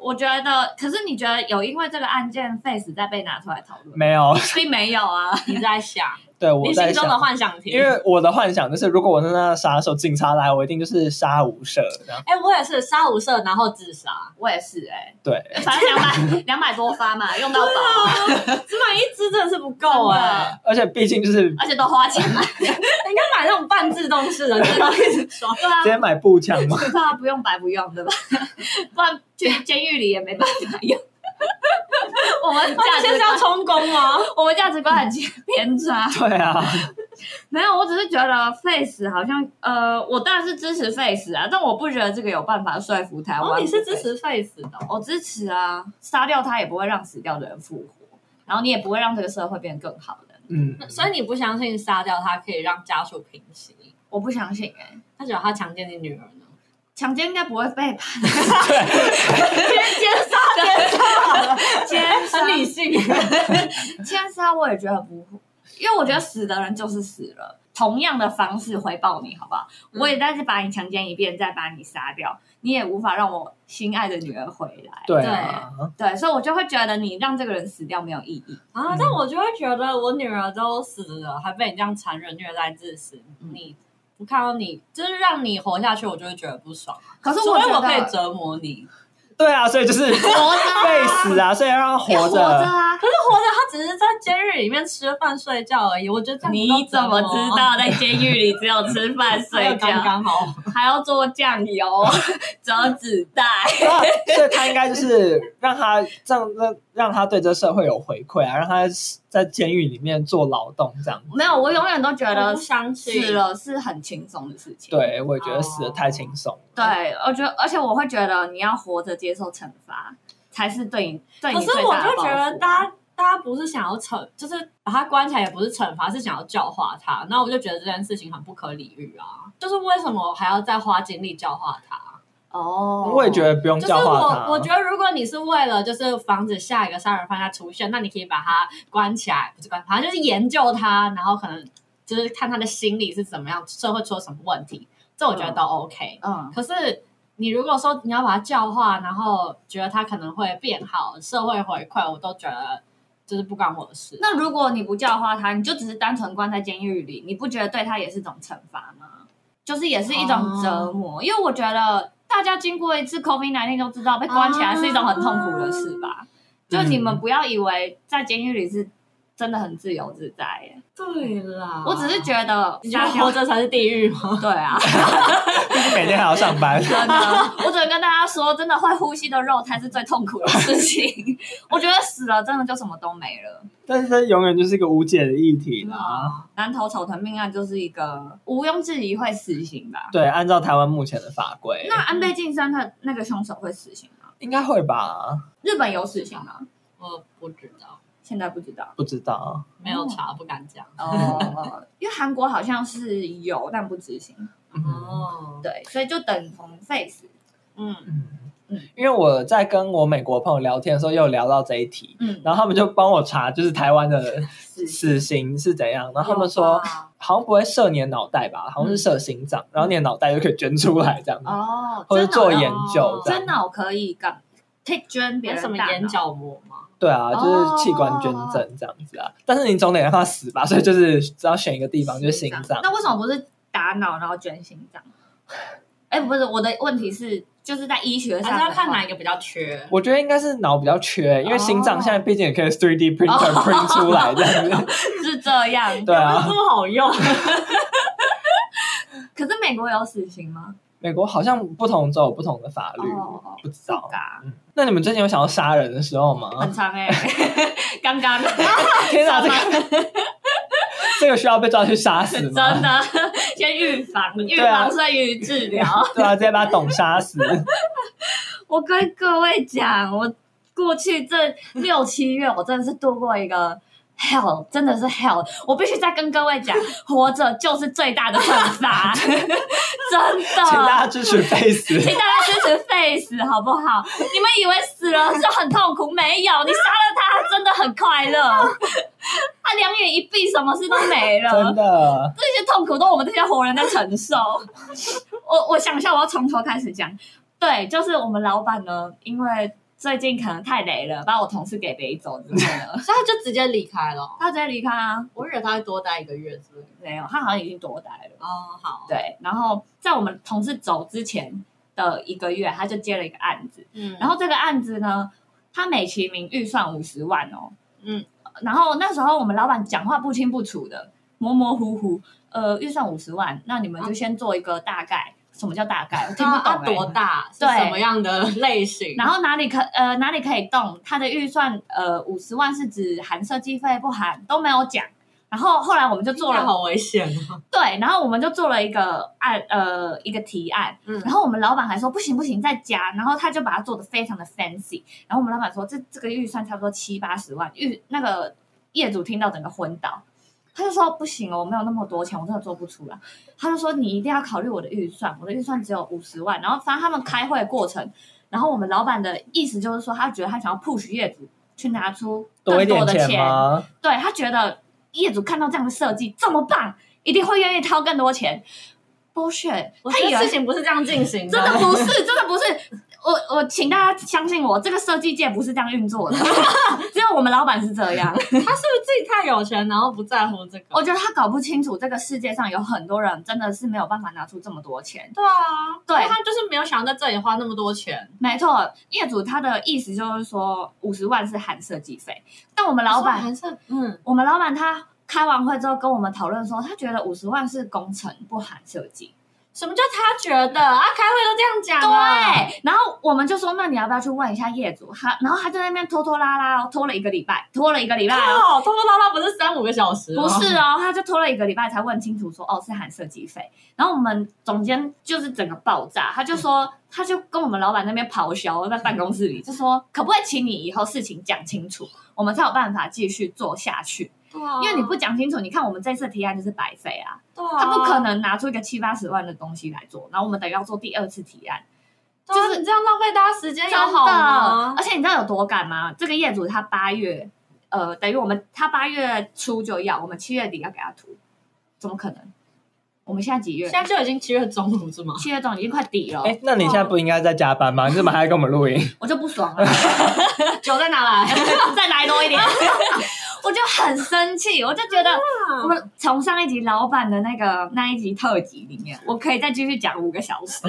Speaker 3: 我觉得，可是你觉得有因为这个案件 Face 在被拿出来讨论吗，
Speaker 2: 没有，
Speaker 3: 并没有啊。
Speaker 4: 你在想，
Speaker 2: 对 我
Speaker 4: 你
Speaker 2: 在
Speaker 4: 心中的
Speaker 2: 想，
Speaker 4: 幻想题。
Speaker 2: 因为我的幻想就是，如果我是那个杀手，警察来，我一定就是杀无赦这样。
Speaker 4: 哎、我也是杀无赦，然后自杀，
Speaker 3: 我也是哎、
Speaker 2: 对，
Speaker 3: 反正两 百两百多发嘛，用到饱，
Speaker 2: 啊
Speaker 4: 只买一支真的是不够哎、
Speaker 3: 真
Speaker 2: 而且毕竟就是直
Speaker 3: 而且都花钱了。
Speaker 4: 应该买那种半自动式的，自动一直 刷。
Speaker 3: 对啊，
Speaker 2: 接买步枪嘛。
Speaker 3: 不怕不用白不用， 对吧？不然去监狱里也没办法用。 我们 价
Speaker 4: 那哦现
Speaker 3: 值
Speaker 4: 在是要
Speaker 3: 观，
Speaker 4: 充公吗？
Speaker 3: 我们价值观很偏差。
Speaker 2: 对啊，
Speaker 3: 没有，我只是觉得 Face 好像呃，我当然是支持 Face 啊，但我不觉得这个有办法说服台湾。
Speaker 4: 哦，你是支持 Face 的哦、
Speaker 3: 我支持啊，杀掉他也不会让死掉的人复活，然后你也不会让这个社会变得更好的。
Speaker 2: 嗯，
Speaker 4: 所以你不相信杀掉他可以让家属平息？
Speaker 3: 我不相信哎、
Speaker 4: 那只要他强奸你女儿呢？
Speaker 3: 强奸应该不会被 判， 奸 杀，啊奸
Speaker 2: 啊
Speaker 3: 杀，奸
Speaker 4: 性，
Speaker 3: 杀，奸杀，啊我也觉得不会，因为我觉得死的人就是死了，同样的方式回报你，好不好？
Speaker 4: 嗯
Speaker 3: 我也但是把你强奸一遍，再把你杀掉，你也无法让我心爱的女儿回来。
Speaker 2: 对啊，
Speaker 3: 对，所以我就会觉得你让这个人死掉没有意义。
Speaker 4: 啊！
Speaker 2: 嗯
Speaker 4: 但我就会觉得我女儿都死了，还被你这样残忍虐待致死，
Speaker 3: 嗯
Speaker 4: 你我看到你就是让你活下去，我就会觉得不爽。
Speaker 3: 可是
Speaker 4: 除
Speaker 3: 我
Speaker 4: 非
Speaker 3: 觉得
Speaker 4: 我可以折磨你，
Speaker 2: 对啊，所以就是
Speaker 3: 活着啊
Speaker 2: 被死啊，所以要
Speaker 3: 要
Speaker 2: 让他
Speaker 3: 活
Speaker 2: 活
Speaker 3: 着
Speaker 2: 着。
Speaker 3: 啊！
Speaker 4: 可是活着他只是在监狱里面吃饭睡觉而已，我觉得这样不
Speaker 3: 你怎
Speaker 4: 叫折磨
Speaker 3: 么知？道在监狱里只啊有吃 饭睡
Speaker 4: 睡
Speaker 3: 觉，
Speaker 4: 刚刚好，
Speaker 3: 还要做酱油、 折纸袋？
Speaker 2: 啊所以他应该就是让他让让让他对这社会有回馈啊，让他在监狱里面做劳动这样。
Speaker 3: 没有，我永远都觉
Speaker 4: 我
Speaker 3: 得
Speaker 4: 不相
Speaker 3: 死
Speaker 4: 信。
Speaker 3: 了是很轻松的事情。
Speaker 2: 对，我也觉得死的太轻松。
Speaker 3: 对，我觉得，而且我会觉得你要活着接受惩罚，才是对你对
Speaker 4: 可
Speaker 3: 你
Speaker 4: 是
Speaker 3: 最
Speaker 4: 我
Speaker 3: 大的
Speaker 4: 就
Speaker 3: 报
Speaker 4: 觉
Speaker 3: 复。
Speaker 4: 得大家。大家不是想要惩，就是把他关起来，也不是惩罚，是想要教化他。那我就觉得这件事情很不可理喻啊！就是为什么还要再花精力教化他？
Speaker 3: 哦，
Speaker 2: 我也觉得不用
Speaker 4: 就是
Speaker 2: 教化他。
Speaker 4: 我，我觉得如果你是为了就是防止下一个杀人犯他出现，那你可以把他关起来，不是关，反正就是研究他，然后可能就是看他的心理是怎么样，社会出了什么问题，这我觉得都 OK。
Speaker 3: 嗯，
Speaker 4: 可是你如果说你要把他教化，然后觉得他可能会变好，社会回馈，我都觉得就是不关我的事。
Speaker 3: 那如果你不教化他，你就只是单纯关在监狱里，你不觉得对他也是种惩罚吗？就是也是一
Speaker 4: 啊
Speaker 3: 种折磨，因为我觉得大家经过一次 COVID 1 9都知道，被关起来是一种很痛苦的事
Speaker 4: 啊
Speaker 3: 吧。就你
Speaker 2: 嗯
Speaker 3: 们不要以为在监狱里是真的很自由自在耶，
Speaker 4: 对啦
Speaker 3: 我只是觉得
Speaker 4: 你觉
Speaker 3: 杀
Speaker 4: 得
Speaker 3: 掉
Speaker 4: 活着才是地狱吗？
Speaker 3: 对啊，
Speaker 2: 得每天还要上 班。
Speaker 3: 真的，我只能跟大家说，真的会呼吸的肉才是最痛苦的事情。我觉得死了真的就什么都没了。
Speaker 2: 但是这永远就是一个无解的议题啦。
Speaker 3: 南投草屯命案就是一个毋庸置疑会死刑吧？
Speaker 2: 对，按照台湾目前的法规
Speaker 3: 那，安倍晋三他那个凶手会死刑吗？
Speaker 2: 应该会吧？
Speaker 3: 日本有死刑吗？
Speaker 4: 我不知道，
Speaker 3: 现在不知道。
Speaker 2: 不知道，
Speaker 4: 没有查，不敢讲。
Speaker 3: 哦， 因为韩国好像是有，但不执行。
Speaker 2: 嗯
Speaker 4: 哦，
Speaker 3: 对，所以就等同废死。
Speaker 4: 嗯。
Speaker 2: 嗯，因为我在跟我美国朋友聊天的时候，又聊到这一题，
Speaker 3: 嗯，
Speaker 2: 然后他们就帮我查，就是台湾的
Speaker 3: 死刑
Speaker 2: 死刑是怎样，然后他们说
Speaker 3: 哦
Speaker 2: 好像不会射你的脑袋吧，好像是射心脏，然后你的脑袋就可以捐出来这样，
Speaker 3: 嗯哦，
Speaker 2: 或者做
Speaker 3: 真的哦
Speaker 2: 研究这样
Speaker 3: 真，脑可以干，可以捐别
Speaker 4: 有
Speaker 3: 人
Speaker 4: 什么
Speaker 3: 大脑
Speaker 4: 眼角膜吗？
Speaker 2: 对啊，就是器官捐赠这样子
Speaker 3: 哦
Speaker 2: 啊。但是你总得让他死吧，所以就是只要选一个地方，就是心脏。
Speaker 3: 那为什么不是打脑然后捐心脏？ 哎，不是，我的问题是，就是在医学上
Speaker 4: 还是要看哪
Speaker 3: 来
Speaker 4: 一个比较缺？
Speaker 2: 我觉得应该是脑比较缺，因为心脏
Speaker 3: 哦
Speaker 2: 现在毕竟也可以3 D printer print 出来这 样子。
Speaker 3: 是这样。
Speaker 2: 对啊，
Speaker 4: 么好 用？
Speaker 3: 可是美国有死刑吗？
Speaker 2: 美国好像不同州有不同的法律，
Speaker 3: 哦
Speaker 2: 不知道。
Speaker 3: 嘎，
Speaker 2: 那你们最近有想要杀人的时 候
Speaker 3: 很
Speaker 2: 吗？
Speaker 3: 长
Speaker 4: 欸
Speaker 3: 哎，刚刚
Speaker 2: 天 哪，这个这个需要被抓去杀死
Speaker 3: 真
Speaker 2: 吗？
Speaker 3: 的，先预防，预
Speaker 2: 对啊
Speaker 3: 防胜于治疗。
Speaker 2: 对啊，直接把董 杀死。
Speaker 3: 我跟各位讲，我过去这六七月，我真的是度过一个 hell，真的是 hell。我必须再跟各位讲，活着就是最大的惩 罚，真的。
Speaker 2: 请大家支持 Face
Speaker 3: 请。大家支持 Face 好不好？你们以为死了就很痛苦，没有，你杀了他，他真的很快 乐。他两眼一闭，什么事都没
Speaker 2: 真
Speaker 3: 了，
Speaker 2: 的，
Speaker 3: 这些痛苦都我们这些活人在承受。我我想一下，我要从头开始讲。对，就是我们老板呢，因为最近可能太累了，把我同事给背走之后 呢，
Speaker 4: 所以他就直接离开了。
Speaker 3: 他直接离开啊，
Speaker 4: 我以为他会多待一个月之类的。
Speaker 3: 没有，他好像已经多待了。
Speaker 4: 哦，好，
Speaker 3: 对，然后在我们同事走之前的一个月，他就接了一个案子。
Speaker 4: 嗯
Speaker 3: 然后这个案子呢，他美其名预算五十万哦，
Speaker 4: 嗯，
Speaker 3: 然后那时候我们老板讲话不清不楚的，模模糊糊，呃，预算五十万，那你们就先做一个大概，什么叫大概？我听不懂、
Speaker 4: 他啊多
Speaker 3: 欸
Speaker 4: 大？是
Speaker 3: 对
Speaker 4: 什么样的类型？
Speaker 3: 然后哪里可呃哪里可以动？他的预算呃五十万是指含设计费不含都没有讲。然后后来我们就做
Speaker 4: 听起来
Speaker 3: 了
Speaker 4: 好危险哦。
Speaker 3: 对，然后我们就做了一个案呃一个提案，
Speaker 4: 嗯
Speaker 3: 然后我们老板还说不行不行，再加，然后他就把它做的非常的 fancy。然后我们老板说这这个预算差不多七八十万，预那个业主听到整个昏倒，他就说不行哦，我没有那么多钱，我真的做不出来。他就说你一定要考虑我的预算，我的预算只有五十万。然后反正他们开会的过程，然后我们老板的意思就是说，他觉得他想要 push 业主去拿出更
Speaker 2: 多一点
Speaker 3: 的
Speaker 2: 吗？
Speaker 3: 对他觉得业主看到这样的设计这么棒，一定会愿意掏更多钱。bullshit，
Speaker 4: 我
Speaker 3: 他
Speaker 4: 觉
Speaker 3: 以
Speaker 4: 得事
Speaker 3: 为
Speaker 4: 情不是这样进行
Speaker 3: 真的不是，真的不是。我我请大家相信我，这个设计界不是这样运作的， 只有我们老板是这样。
Speaker 4: 他是不是自己太有钱，然后不在乎这个？
Speaker 3: 我觉得他搞不清楚，这个世界上有很多人真的是没有办法拿出这么多钱。
Speaker 4: 对啊，
Speaker 3: 对
Speaker 4: 因为他就是没有想要在这里花那么多钱。
Speaker 3: 没错，业主他的意思就是说五十万是含设计费，但我们老板，
Speaker 4: 还是嗯，
Speaker 3: 我们老板他开完会之后跟我们讨论说，他觉得五十万是工程不含设计。
Speaker 4: 什么叫他觉得啊？开会都这样讲啊了，
Speaker 3: 对，然后我们就说，那你要不要去问一下业主？他，然后他就在那边拖拖拉拉哦，拖了一个礼拜，拖了一个礼拜哦，
Speaker 4: 哦，拖拖拉拉不是三五个小时、
Speaker 3: 不，是哦，他就拖了一个礼拜才问清楚说，哦，是含设计费。然后我们总监就是整个爆炸，他就说，他就跟我们老板那边咆哮，在办公室里就说，可不可以请你以后事情讲清楚，我们才有办法继续做下去。
Speaker 4: 对啊，
Speaker 3: 因为你不讲清楚，你看我们这次提案就是白费啊。
Speaker 4: 对啊，
Speaker 3: 他不可能拿出一个七八十万的东西来做，然后我们等于要做第二次提案，
Speaker 4: 对啊，
Speaker 3: 就是
Speaker 4: 你这样浪费大家时间，
Speaker 3: 真
Speaker 4: 有
Speaker 3: 的
Speaker 4: 好吗？
Speaker 3: 而且你知道有多赶吗？这个业主他八月，呃，等于我们他八月初就要，我们七月底要给他涂，怎么可能？我们现在几月
Speaker 4: 现？在就已经七月中了，不是吗？
Speaker 3: 七月中已经快底了，
Speaker 2: 哎，那你现在不应该在加 班吗？你怎么还要跟我们录音？
Speaker 3: 我就不爽 了，
Speaker 4: 酒在哪来？
Speaker 3: 再来多一点， 我就很生气，我就觉得我们从上一集老板的那个那一集特辑里面，我可以再继续讲五个小时。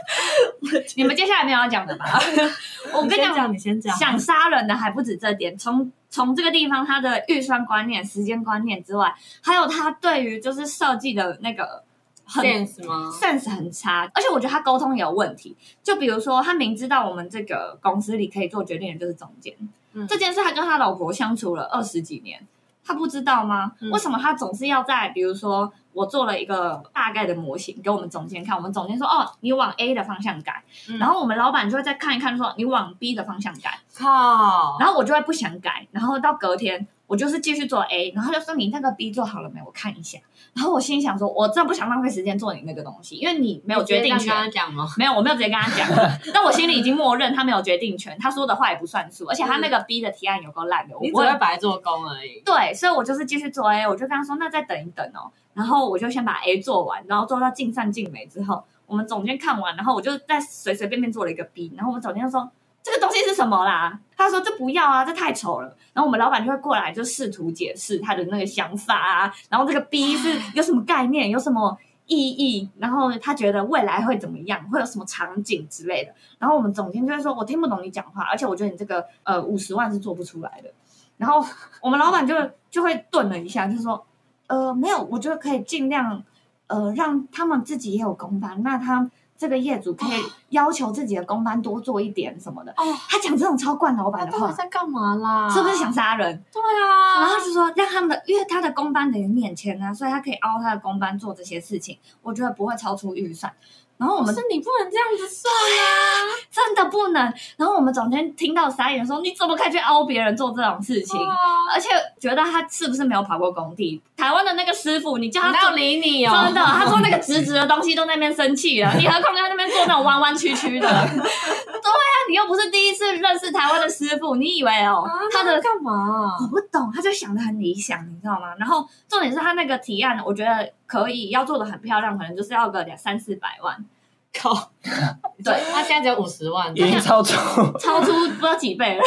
Speaker 3: 你们接下来没有要讲的吧？ 我跟你
Speaker 4: 你先
Speaker 3: 讲，
Speaker 4: 讲，你先讲。
Speaker 3: 想杀人的还不止这点，从从这个地方他的预算观念、时间观念之外，还有他对于就是设计的那个很
Speaker 4: sense 吗？
Speaker 3: sense 很差，而且我觉得他沟通也有问题。就比如说，他明知道我们这个公司里可以做决定的就是总监，
Speaker 4: 嗯
Speaker 3: 这件事他跟他老婆相处了二十几年，他不知道吗？
Speaker 4: 嗯
Speaker 3: 为什么他总是要在比如说我做了一个大概的模型给我们总监看，我们总监说哦，你往 A 的方向改，
Speaker 4: 嗯
Speaker 3: 然后我们老板就会再看一看说你往 B 的方向改，
Speaker 4: 靠，
Speaker 3: 然后我就会不想改，然后到隔天我就是继续做 A，然后他就说你那个 B 做好了没？我看一下。然后我心里想说，我真的不想浪费时间做你那个东西，因为你没有决定
Speaker 4: 你直接这样
Speaker 3: 权。
Speaker 4: 跟他讲吗？
Speaker 3: 没有，我没有直接跟他讲， 但我心里已经默认他没有决定权，他说的话也不算数，而且他那个 B 的提案有够烂的，我
Speaker 4: 你只
Speaker 3: 不会
Speaker 4: 会白做工而已。
Speaker 3: 对，所以我就是继续做 A，我就跟他说那再等一等哦，然后我就先把 A 做完，然后做到尽善尽美之后，我们总监看完，然后我就再随随便便做了一个 B，然后我们总监就说这个东西是什么啦？他说这不要啊，这太丑了。然后我们老板就会过来就试图解释他的那个想法啊，然后这个 B 是有什么概念，有什么。意义，然后他觉得未来会怎么样，会有什么场景之类的。然后我们总监就会说：“我听不懂你讲话，而且我觉得你这个呃五十万是做不出来的。”然后我们老板就就会顿了一下，就说：“呃，没有，我觉得可以尽量呃让他们自己也有公班，那他这个业主可以要求自己的公班多做一点什么的。”
Speaker 4: 哦，
Speaker 3: 他讲这种超惯老板
Speaker 4: 他
Speaker 3: 的
Speaker 4: 到
Speaker 3: 话
Speaker 4: 底，在干嘛啦？
Speaker 3: 是不是想？杀人？
Speaker 4: 对啊，
Speaker 3: 然后就说让他们的，因为他的公班等于免钱啊，所以他可以凹他的公班做这些事情，我觉得不会超出预算。然后我
Speaker 4: 不
Speaker 3: 们
Speaker 4: 是你不能这样子算啊！
Speaker 3: 真的不能，然后我们总监听到傻眼说：“你怎么可以去凹别人做这种事情？”
Speaker 4: 哦
Speaker 3: 而且觉得他是不是没有跑过工地？台湾的那个师傅，你叫他
Speaker 4: 哪有
Speaker 3: 做
Speaker 4: 理你哦？
Speaker 3: 真的，他做那个直直的东西都在那边生气 了，你何况在那边做那种弯弯曲曲的？对啊，你又不是第一次认识台湾的师傅，你以为哦
Speaker 4: 啊，
Speaker 3: 他的
Speaker 4: 在干嘛
Speaker 3: 我？不懂，他就想的很理想，你知道吗？然后重点是他那个提案，我觉得可以要做的很漂亮，可能就是要个两三四百 万，
Speaker 4: 靠！
Speaker 3: 对
Speaker 4: 他现在只有五十万
Speaker 2: 已，经超出
Speaker 3: 超出不知道几倍 了，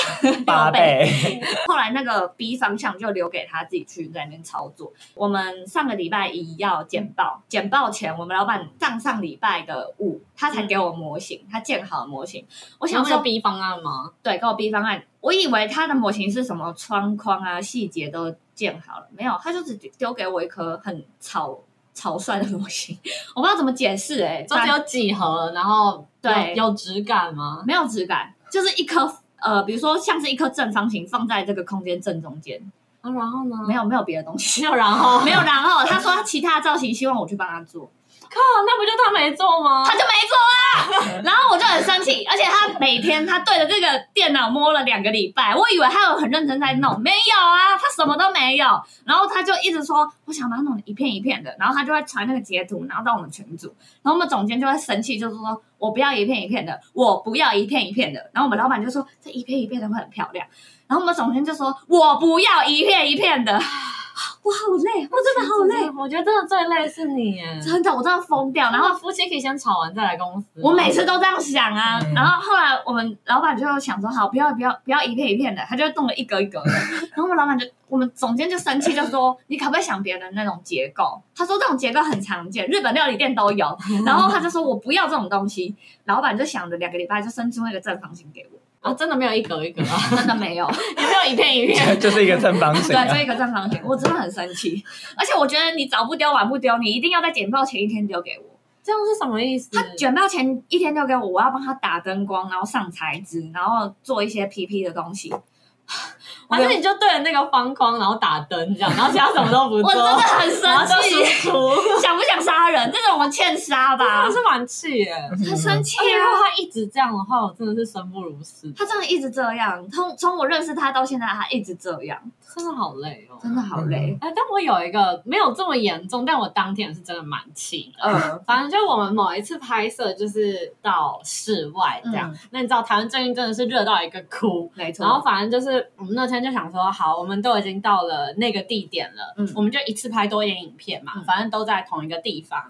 Speaker 2: 八
Speaker 3: 六倍。
Speaker 2: 倍。
Speaker 3: 后来那个 B 方向就留给他自己去在那边操作。我们上个礼拜一要简报，简报前我们老板上上礼拜的五，他才给我模型，他建好了模型。我
Speaker 4: 我
Speaker 3: 想
Speaker 4: 想
Speaker 3: 说
Speaker 4: 说，B 方案吗？
Speaker 3: 对，给我 B 方案。我以为他的模型是什么窗框啊、细节都建好了，没有，他就只丢给我一颗很草草率的模型， 我不知道怎么解释哎、
Speaker 4: 就只有几何，然后有
Speaker 3: 对
Speaker 4: 有质感吗？
Speaker 3: 没有质感，就是一颗呃，比如说像是一颗正方形放在这个空间正中间，
Speaker 4: 啊，然后呢？
Speaker 3: 没有没有别的东西，
Speaker 4: 没有然后，
Speaker 3: 没有。然后他说他其他造型希望我去帮他做，
Speaker 4: 靠，那不就他没做吗？
Speaker 3: 他就没做啦。啊 然后我就很生气，而且他每天他对着这个电脑摸了两个礼拜，我以为他有很认真在弄，没有啊，他什么都没有。然后他就一直说，我想把它弄得一片一片的，然后他就会传那个截图，然后到我们群组，然后我们总监就会生气，就是说我不要一片一片的，我不要一片一片的。然后我们老板就说这一片一片的会很漂亮，然后我们总监就说我不要一片一片的，哇，我好
Speaker 4: 哦
Speaker 3: 累，我真的好累。，
Speaker 4: 我觉得真的最累是你耶。
Speaker 3: 真的，我真的疯掉。然
Speaker 4: 然
Speaker 3: 后
Speaker 4: 后夫妻可以先吵完再来公司。
Speaker 3: 我每次都这样想啊，
Speaker 2: 嗯
Speaker 3: 然后后来我们老板就想说，好，不要不要不要一片一片的，他就动了一格一格的。然后我们老板就，我们总监就生气，就说你可不可以想别的那种结构？他说这种结构很常见，日本料理店都有。
Speaker 2: 嗯
Speaker 3: 然后他就说我不要这种东西。老板就想着两个礼拜就生出那个正方形给我，
Speaker 4: 啊，真的没有一格一格 啊，
Speaker 3: 真的没有，
Speaker 4: 也没有一片一 片。
Speaker 2: 就是一个正方形、
Speaker 3: 对，
Speaker 2: 啊
Speaker 3: 就。一个正方形，我真的很生气。而且我觉得你早不丢晚不丢，你一定要在简报前一天丢给我。
Speaker 4: 这样是什么意思？
Speaker 3: 他卷报前一天就给我，我要帮他打灯光，然后上材质，然后做一些 PP 的东西。
Speaker 4: 还是你就对着那个方框，然后打灯这样，然后其他什么都不
Speaker 3: 我真
Speaker 4: 做，
Speaker 3: 的很
Speaker 4: 然后
Speaker 3: 生
Speaker 4: 就
Speaker 3: 气，
Speaker 4: 输出，
Speaker 3: 想不想杀人？这种我欠杀
Speaker 4: 真
Speaker 3: 吧
Speaker 4: 的，是蛮气耶。而
Speaker 3: 很生气
Speaker 4: 且如果
Speaker 3: 啊！
Speaker 4: 他一直这样的话，我真的是生不如死，
Speaker 3: 他真的一直这样，从从我认识他到现在，他一直这样，
Speaker 4: 真的好累哦。
Speaker 3: 真的好累。
Speaker 4: 哎，但我有一个没有这么严重，但我当天也是真的蛮气的。
Speaker 3: 嗯，
Speaker 4: 反正就我们某一次拍摄，就是到室外这样。
Speaker 3: 嗯
Speaker 4: 那你知道台湾最近真的是热到一个哭，
Speaker 3: 没错。
Speaker 4: 嗯然后反正就是我们那天就想说，好，我们都已经到了那个地点了，
Speaker 3: 嗯
Speaker 4: 我们就一次拍多一点影片嘛，
Speaker 3: 嗯
Speaker 4: 反正都在同一个地方。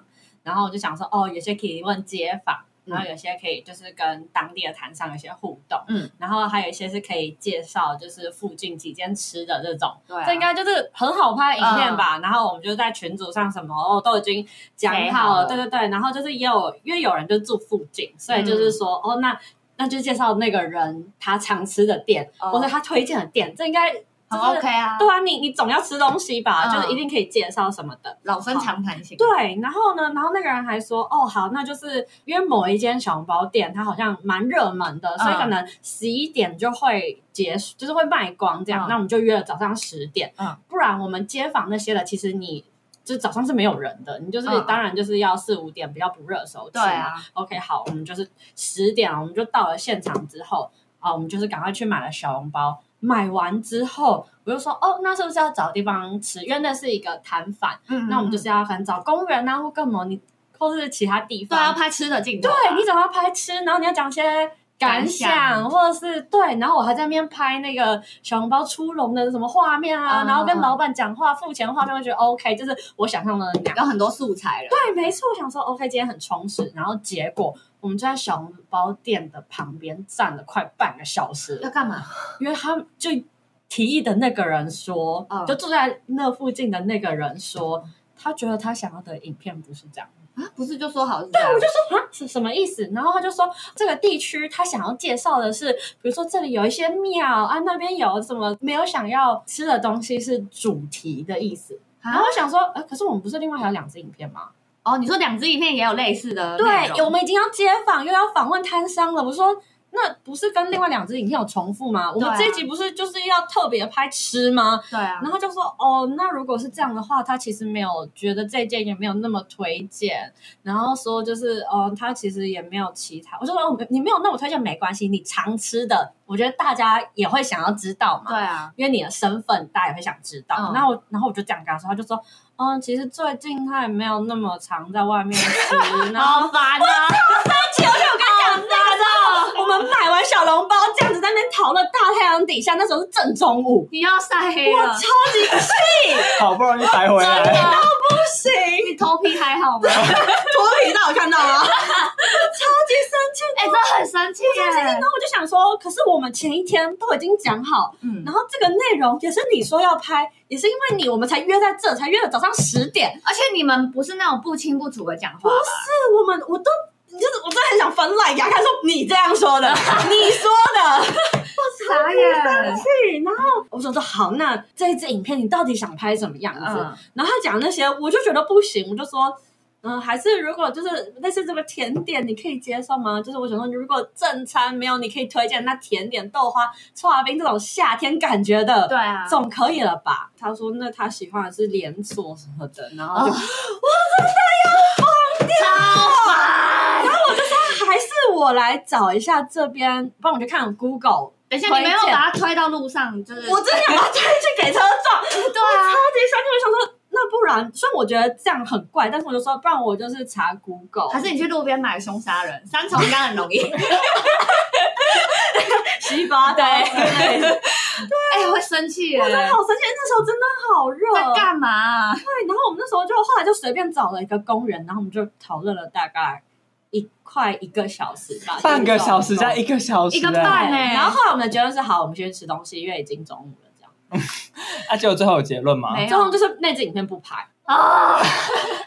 Speaker 4: 然后我就想说，哦，有些可以问街访，
Speaker 3: 嗯
Speaker 4: 然后有些可以就是跟当地的摊商有一些互动，
Speaker 3: 嗯，
Speaker 4: 然后还有一些是可以介绍就是附近几间吃的这种。
Speaker 3: 对啊嗯
Speaker 4: 这应该就是很好拍的影片吧。然后我们就在群组上什么哦都已经讲
Speaker 3: 谁
Speaker 4: 好
Speaker 3: 好
Speaker 4: 了，
Speaker 3: 了
Speaker 4: 对对对。然后就是也有因为有人就住附近，所以
Speaker 3: 嗯
Speaker 4: 就是说、哦那那就介绍那个人他常吃的店，
Speaker 3: 哦
Speaker 4: 或者他推荐的店，这应该、就是、
Speaker 3: 很 OK 啊，
Speaker 4: 对啊，你你总要吃东西吧，
Speaker 3: 嗯
Speaker 4: 就是一定可以介绍什么的。
Speaker 3: 老生常谈型。
Speaker 4: 对，然后呢？然后那个人还说：“哦，好，那就是因为某一间小笼包店，它好像蛮热门的，所以
Speaker 3: 嗯
Speaker 4: 可能十一点就会结束，就是会卖光这样。
Speaker 3: 嗯
Speaker 4: 那我们就约了早上十点，
Speaker 3: 嗯
Speaker 4: 不然我们街坊那些的，其实你就早上是没有人的，你就是、
Speaker 3: 嗯
Speaker 4: 当然就是要四五点比较不热的时候去
Speaker 3: 对
Speaker 4: 嘛。
Speaker 3: 啊，
Speaker 4: OK，好，我们就是十点，我们就到了现场之后，啊，我们就是赶快去买了小笼包。买完之后，我就说，哦，那是不是要找地方吃？因为那是一个摊贩，
Speaker 3: 嗯，
Speaker 4: 那我们就是要可能找公园啊，或干嘛，你或是其他地
Speaker 3: 对啊，要
Speaker 4: 方。
Speaker 3: 拍吃的镜头
Speaker 4: 对
Speaker 3: 啊，
Speaker 4: 你总要拍吃，然后你要讲些感
Speaker 3: 感
Speaker 4: 想，
Speaker 3: 想
Speaker 4: 或者是对，然后我还在那边拍那个小笼包出笼的什么画面啊，
Speaker 3: 嗯
Speaker 4: 然后跟
Speaker 3: 嗯
Speaker 4: 老板讲话、付钱的画面，我觉得 OK，就是我想象的那样。
Speaker 3: 有很多素材了。
Speaker 4: 对，没错，我想说 OK，今天很充实。然后结果我们就在小笼包店的旁边站了快半个小时
Speaker 3: 要，干嘛？
Speaker 4: 因为他们就提议的那个人说，
Speaker 3: 嗯
Speaker 4: 就住在那附近的那个人说，他觉得他想要的影片不是这样。
Speaker 3: 啊，不是就说好是这样？对，我就
Speaker 4: 就说啊，是什么意思？然后他就说，这个地区他想要介绍的是，比如说这里有一些庙啊，那边有什么没有想要吃的东西是主题的意思。然后我想说，呃，可是我们不是另外还有两支影片吗？
Speaker 3: 哦，你说两支影片也有类似的内容
Speaker 4: 对，我们已经要街访，又要访问摊商了。我说，那不是跟另外两支影片有重复吗？我
Speaker 3: 对
Speaker 4: 们
Speaker 3: 啊
Speaker 4: 这一集不是就是要特别拍吃吗？
Speaker 3: 对啊，
Speaker 4: 然后就说，哦，那如果是这样的话，他其实没有觉得这件也没有那么推荐。然后说就是，哦，他其实也没有其他。我就说，哦你没有那么推荐没关系，你常吃的，我觉得大家也会想要知道嘛。
Speaker 3: 对啊，
Speaker 4: 因为你的身份，大家也会想知道。
Speaker 3: 嗯
Speaker 4: 然后我，然后我就这样跟他说，他就说，嗯，其实最近他也没有那么常在外面 吃，然后
Speaker 3: 好烦啊！
Speaker 4: 讲那个，我们买完小笼包这样子在那边逃了大太阳底下，那时候是正中午，
Speaker 3: 你要晒黑
Speaker 4: 我
Speaker 3: 了，
Speaker 4: 超级
Speaker 2: 好不容易才回
Speaker 3: 真
Speaker 2: 来，
Speaker 3: 的，
Speaker 4: 不行，
Speaker 3: 你头皮还 好吗？哎
Speaker 4: 脱皮到有看到吗？ 超级生气。
Speaker 3: 哎，这很生气耶
Speaker 4: 然！后我就想说，可是我们前一天都已经讲好，
Speaker 3: 嗯
Speaker 4: 然后这个内容也是你说要拍，也是因为你我们才约在这，才约了早上十点。
Speaker 3: 而且你们不是那种不清不楚的讲话吧，
Speaker 4: 是我们我都。就是我真的很想翻烂牙，他说你这样说 的，你说的，
Speaker 3: 傻眼。
Speaker 4: 对。然后我想说好，那这一支影片你到底想拍什么样子？
Speaker 3: 嗯，
Speaker 4: 然后他讲那些，我就觉得不行，我就说，嗯、还是如果就是类似这个甜点，你可以接受吗？就是我想说，如果正餐没有，你可以推荐那甜点、豆花、臭滑冰这种夏天感觉的，
Speaker 3: 对啊，
Speaker 4: 总可以了吧？
Speaker 3: 哦
Speaker 4: 他说，那他喜欢的是连锁什么的，然后就、我真的要疯我来找一下这边，不然我就看 Google。
Speaker 3: 等一下，你没有
Speaker 4: 推荐
Speaker 3: 把它推到路上，就是
Speaker 4: 我真的想把它推去给车撞，
Speaker 3: 对啊，
Speaker 4: 超级生气！我想说，那不然，虽然我觉得这样很怪，但是我就说，不然我就是查 Google，
Speaker 3: 还是你去路边买凶杀人，三重应该很容易。
Speaker 4: 西巴对，
Speaker 3: 哎，会生气耶！
Speaker 4: 我真的
Speaker 3: 在
Speaker 4: 好生气，那时候真的好热。
Speaker 3: 干 嘛啊？
Speaker 4: 对，然后我们那时候就后来就随便找了一个公园，然后我们就讨论了大概一快一个小时吧，
Speaker 2: 半个小时加
Speaker 4: 在
Speaker 2: 一个小时、
Speaker 3: 一个
Speaker 2: 哎
Speaker 3: 半
Speaker 4: 对，
Speaker 3: 欸
Speaker 4: 然后后来我们的结论是，好，我们先去吃东西，因为已经中午了，这样。
Speaker 2: 啊，结果最后有结论吗？
Speaker 3: 没有
Speaker 4: 最后就是那支影片不拍，
Speaker 3: 啊，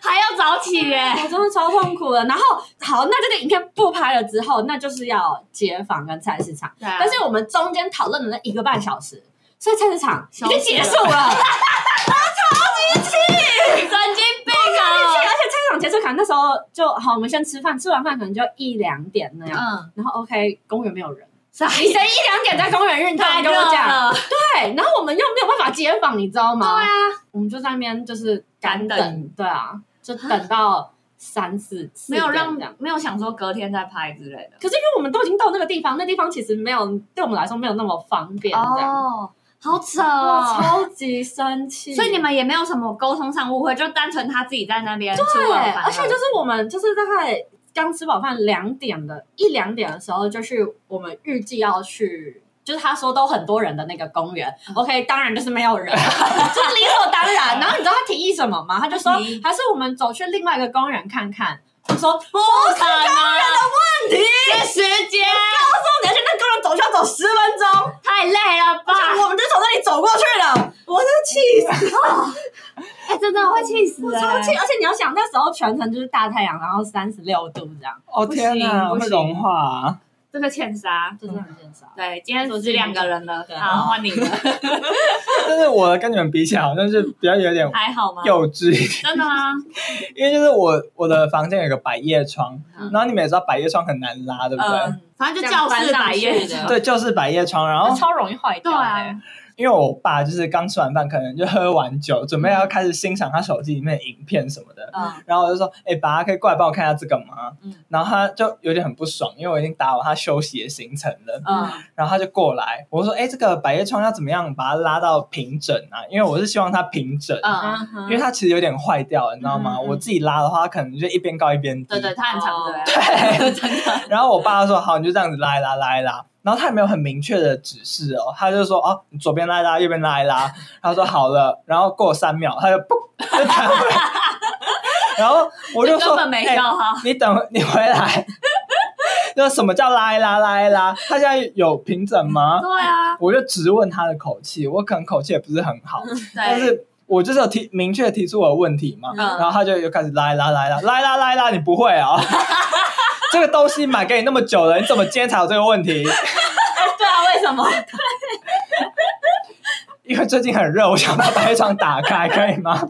Speaker 3: 还要早起耶！
Speaker 4: 我真的超痛苦的。然后好，那这个影片不拍了之后，那就是要街坊跟菜市场，
Speaker 3: 对啊
Speaker 4: 但是我们中间讨论了那一个半小时，所以菜市场已
Speaker 3: 消
Speaker 4: 经
Speaker 3: 失
Speaker 4: 结束了。
Speaker 3: 神经病啊！
Speaker 4: 而且菜市场结束可能那时候就好，我们先吃饭，吃完饭可能就一两点那样。
Speaker 3: 嗯，
Speaker 4: 然后 OK，公园没有人，
Speaker 3: 傻
Speaker 4: 你谁一两点在公园运动？
Speaker 3: 太
Speaker 4: 你
Speaker 3: 热
Speaker 4: 跟我讲，
Speaker 3: 了，
Speaker 4: 对。然后我们又没有办法街访，你知道
Speaker 3: 对
Speaker 4: 吗？
Speaker 3: 啊，
Speaker 4: 我们就在那边就是干
Speaker 3: 干
Speaker 4: 等，对啊，就等到三四四
Speaker 3: 没有
Speaker 4: 点
Speaker 3: 让
Speaker 4: 这样。
Speaker 3: 没有想说隔天再拍之类的。
Speaker 4: 可是因为我们都已经到那个地方，那地方其实没有对我们来说没有那么方便，这样。
Speaker 3: 哦，好扯
Speaker 4: 哇，
Speaker 3: 哦！
Speaker 4: 超级生气！
Speaker 3: 所以你们也没有什么沟通上误会，就单纯他自己在那边出
Speaker 4: 对，
Speaker 3: 尔反尔
Speaker 4: 而且就是我们就是大概刚吃饱饭两点的一两点的时候，就去我们预计要去。就是他说都很多人的那个公园、o k 当然嗯 就是没有人，就是理所当然。然后你知道他提议什么吗？他就说
Speaker 3: 他提议
Speaker 4: 还是我们走去另外一个公园看看。我说哦不
Speaker 3: 不
Speaker 4: 是
Speaker 3: 可能，啊
Speaker 4: 问题，
Speaker 3: 是时间
Speaker 4: 他说你要去那公园走，需要走十分钟，
Speaker 3: 太累了吧？
Speaker 4: 我们就从那里走过去了。我真的气死
Speaker 3: 哎，真的会气死！欸
Speaker 4: 我超气，而且你要想那时候全程就是大太阳，然后三十六度这样，
Speaker 2: 哦
Speaker 4: 不
Speaker 2: 天哪，
Speaker 4: 行不
Speaker 2: 会
Speaker 4: 行
Speaker 2: 融化啊、
Speaker 3: 这个欠杀。
Speaker 4: 真的很见少。
Speaker 3: 对，今天组织两个人了
Speaker 4: 对，
Speaker 3: 好换你 了，
Speaker 2: 但是我跟你们比起来，好像是比较有点
Speaker 3: 还好吗？
Speaker 2: 幼稚一点，
Speaker 3: 真的吗？
Speaker 2: 因为就是我我的房间有个百叶窗，
Speaker 3: 嗯
Speaker 2: 然后你们也知道百叶窗很难拉，对不对？
Speaker 3: 嗯，反正就教室百叶
Speaker 4: 这样翻上去
Speaker 3: 的
Speaker 4: 的，
Speaker 2: 对，就是百叶窗。然
Speaker 4: 它
Speaker 2: 后
Speaker 4: 超容易坏掉、
Speaker 3: 对啊
Speaker 4: 欸。
Speaker 2: 因为我爸就是刚吃完饭，可能就喝完酒，准备要开始欣赏他手机里面的影片什么的。
Speaker 4: 嗯，
Speaker 2: 然后我就说：“哎、爸，可以过来帮我看一下这个吗？”
Speaker 4: 嗯
Speaker 2: 然后他就有点很不爽，因为我已经打扰他休息的行程了。
Speaker 4: 嗯
Speaker 2: 然后他就过来，我说：“哎、这个百叶窗要怎么样把它拉到平整啊？因为我是希望它平整，
Speaker 3: 嗯，
Speaker 4: 嗯，
Speaker 2: 因为它其实有点坏掉了，你知道吗？
Speaker 4: 嗯嗯嗯
Speaker 2: 我自己拉的话，它可能就一边高一边低。
Speaker 3: 对对，他很常这样，
Speaker 2: 然后我爸说：“好，你就这样子拉一拉，拉一拉。”然后他也没有很明确的指示哦，他就说：“哦，你左边拉一拉，右边拉一拉。”他说：“好了。”然后过三秒，他就砰 就弹回来。然后我就
Speaker 3: 根
Speaker 2: 说：“
Speaker 3: 本没啊
Speaker 2: 哎
Speaker 3: 教 哈，
Speaker 2: 你等你回来。” 就什么叫拉一拉，拉一拉？他现在有平整吗？
Speaker 3: 对啊，
Speaker 2: 我就直问他的口气，我可能口气也不是很好，但
Speaker 3: 对，
Speaker 2: 是我就是有提明确提出我的问题嘛，然
Speaker 3: 嗯，
Speaker 2: 后他就又开始拉一拉拉一拉拉一拉拉一拉，你不会啊、这个东西买给你那么久了，你怎么今天才有这个问题？
Speaker 4: 对啊，为什么？
Speaker 2: 因为最近很热，我想把白床打开，可以吗？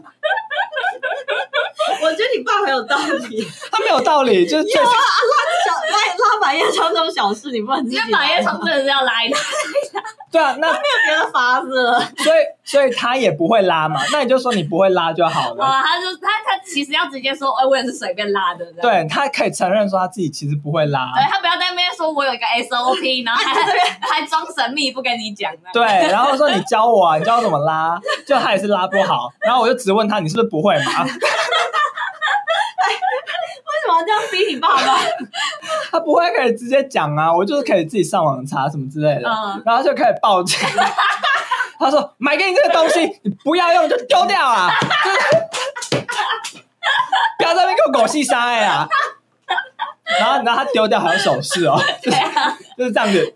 Speaker 4: 我觉得你爸很有道理。
Speaker 2: 他没有道理，就是最近
Speaker 4: 小拉拉百叶窗这种小事，你不能自己
Speaker 3: 因
Speaker 4: 来
Speaker 3: 为百叶窗真的是要拉一拉，
Speaker 2: 对啊，那
Speaker 4: 别的法子了。
Speaker 2: 所以所以他也不会拉嘛，那你就说你不会拉就好了。
Speaker 3: 啊，他就他他其实要直接说，哎，我也是啊随便拉的，这样。
Speaker 2: 对他可以承认说他自己其实不会拉，
Speaker 3: 对他不要在那边说我有一个 SOP，然后还还装神秘不跟你讲，这样
Speaker 2: 对，然后说你教我啊，你教我怎么拉，就他也是拉不好，然后我就直问他你是不是不会嘛？
Speaker 4: 为什么要这样逼你爸 爸？
Speaker 2: 他不会可以直接讲啊，我就是可以自己上网查什么之类的，
Speaker 3: 嗯
Speaker 2: 然后就开始报警。 他说：“买给你这个东西，你不要用就丢掉啊！就是不要在那边给我狗戏杀哎啊！”然后你知道他丢掉还有手势哦，就是就是这样子，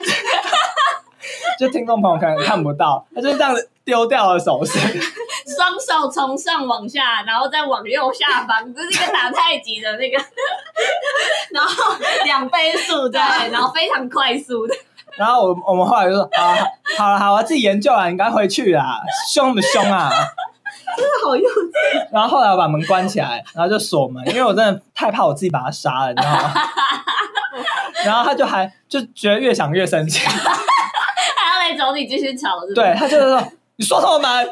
Speaker 2: 就听众朋友可能看不到，他就是这样子丢掉的手势。
Speaker 3: 双手从上往下，然后再往右下方，这是一个打太极的那个， 然后
Speaker 4: 两倍速
Speaker 3: 对，
Speaker 4: 这样。
Speaker 3: 然后非常快速的，
Speaker 2: 然后我我们后来就说：“啊，好了好了，自己研究啊，你赶快回去啦，凶什么凶啊？”
Speaker 4: 好用。
Speaker 2: 然后后来我把门关起来，然后就锁门，因为我真的太怕我自己把他杀了，你知道吗？然后他就还就觉得越想越生气，
Speaker 3: 还要来找你继续吵，是不是？
Speaker 2: 对他就是 说你说什么门？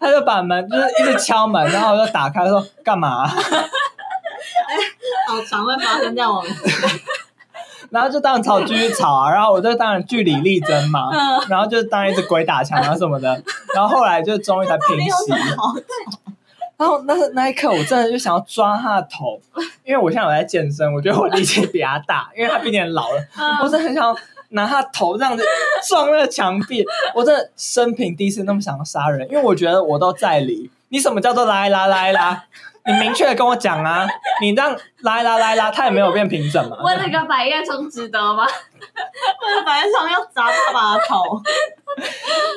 Speaker 2: 他就把门就是一直敲门，然后我就打开说干嘛、
Speaker 4: 哎好常会发生在我们。
Speaker 2: 然后就当然吵，继续吵啊。然后我就当然据理力争嘛，
Speaker 4: 嗯
Speaker 2: 然后就当然一直鬼打墙啊什么的。然后后来就终于才平 息。
Speaker 4: 好，
Speaker 2: 然后那那一刻，我真的就想要抓他的头，因为我现在有在健身，我觉得我力气比他大，因为他毕竟老了，
Speaker 3: 嗯
Speaker 2: 我真的很想要拿他头这样子撞那个墙壁。我真的生平第一次那么想要杀人，因为我觉得我都在理。你什么叫做拉一拉拉一拉？你明确的跟我讲啊！你这样拉一拉拉一拉，他也没有变平整嘛。啊
Speaker 3: 问那个白夜冲值得吗？
Speaker 4: 我的白上要砸爸爸的头。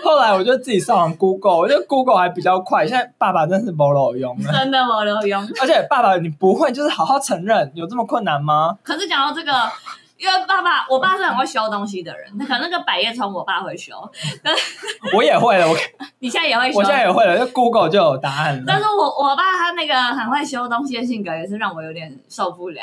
Speaker 2: 后来我就自己上网 Google，我觉得 Google 还比较快。现在爸爸真是没有用了，
Speaker 3: 真的没有用。
Speaker 2: 而且爸爸你不会就是好好承认，有这么困难吗？
Speaker 3: 可是讲到这个，因为爸爸，我爸是很会修东西的人，那可能那个百叶窗我爸会修，
Speaker 2: 我也会了，我
Speaker 3: 你现在也会修
Speaker 2: 我。现在也会了，就 Google 就有答案
Speaker 3: 但
Speaker 2: 了。
Speaker 3: 是我我爸他那个很会修东西的性格也是让我有点受不了，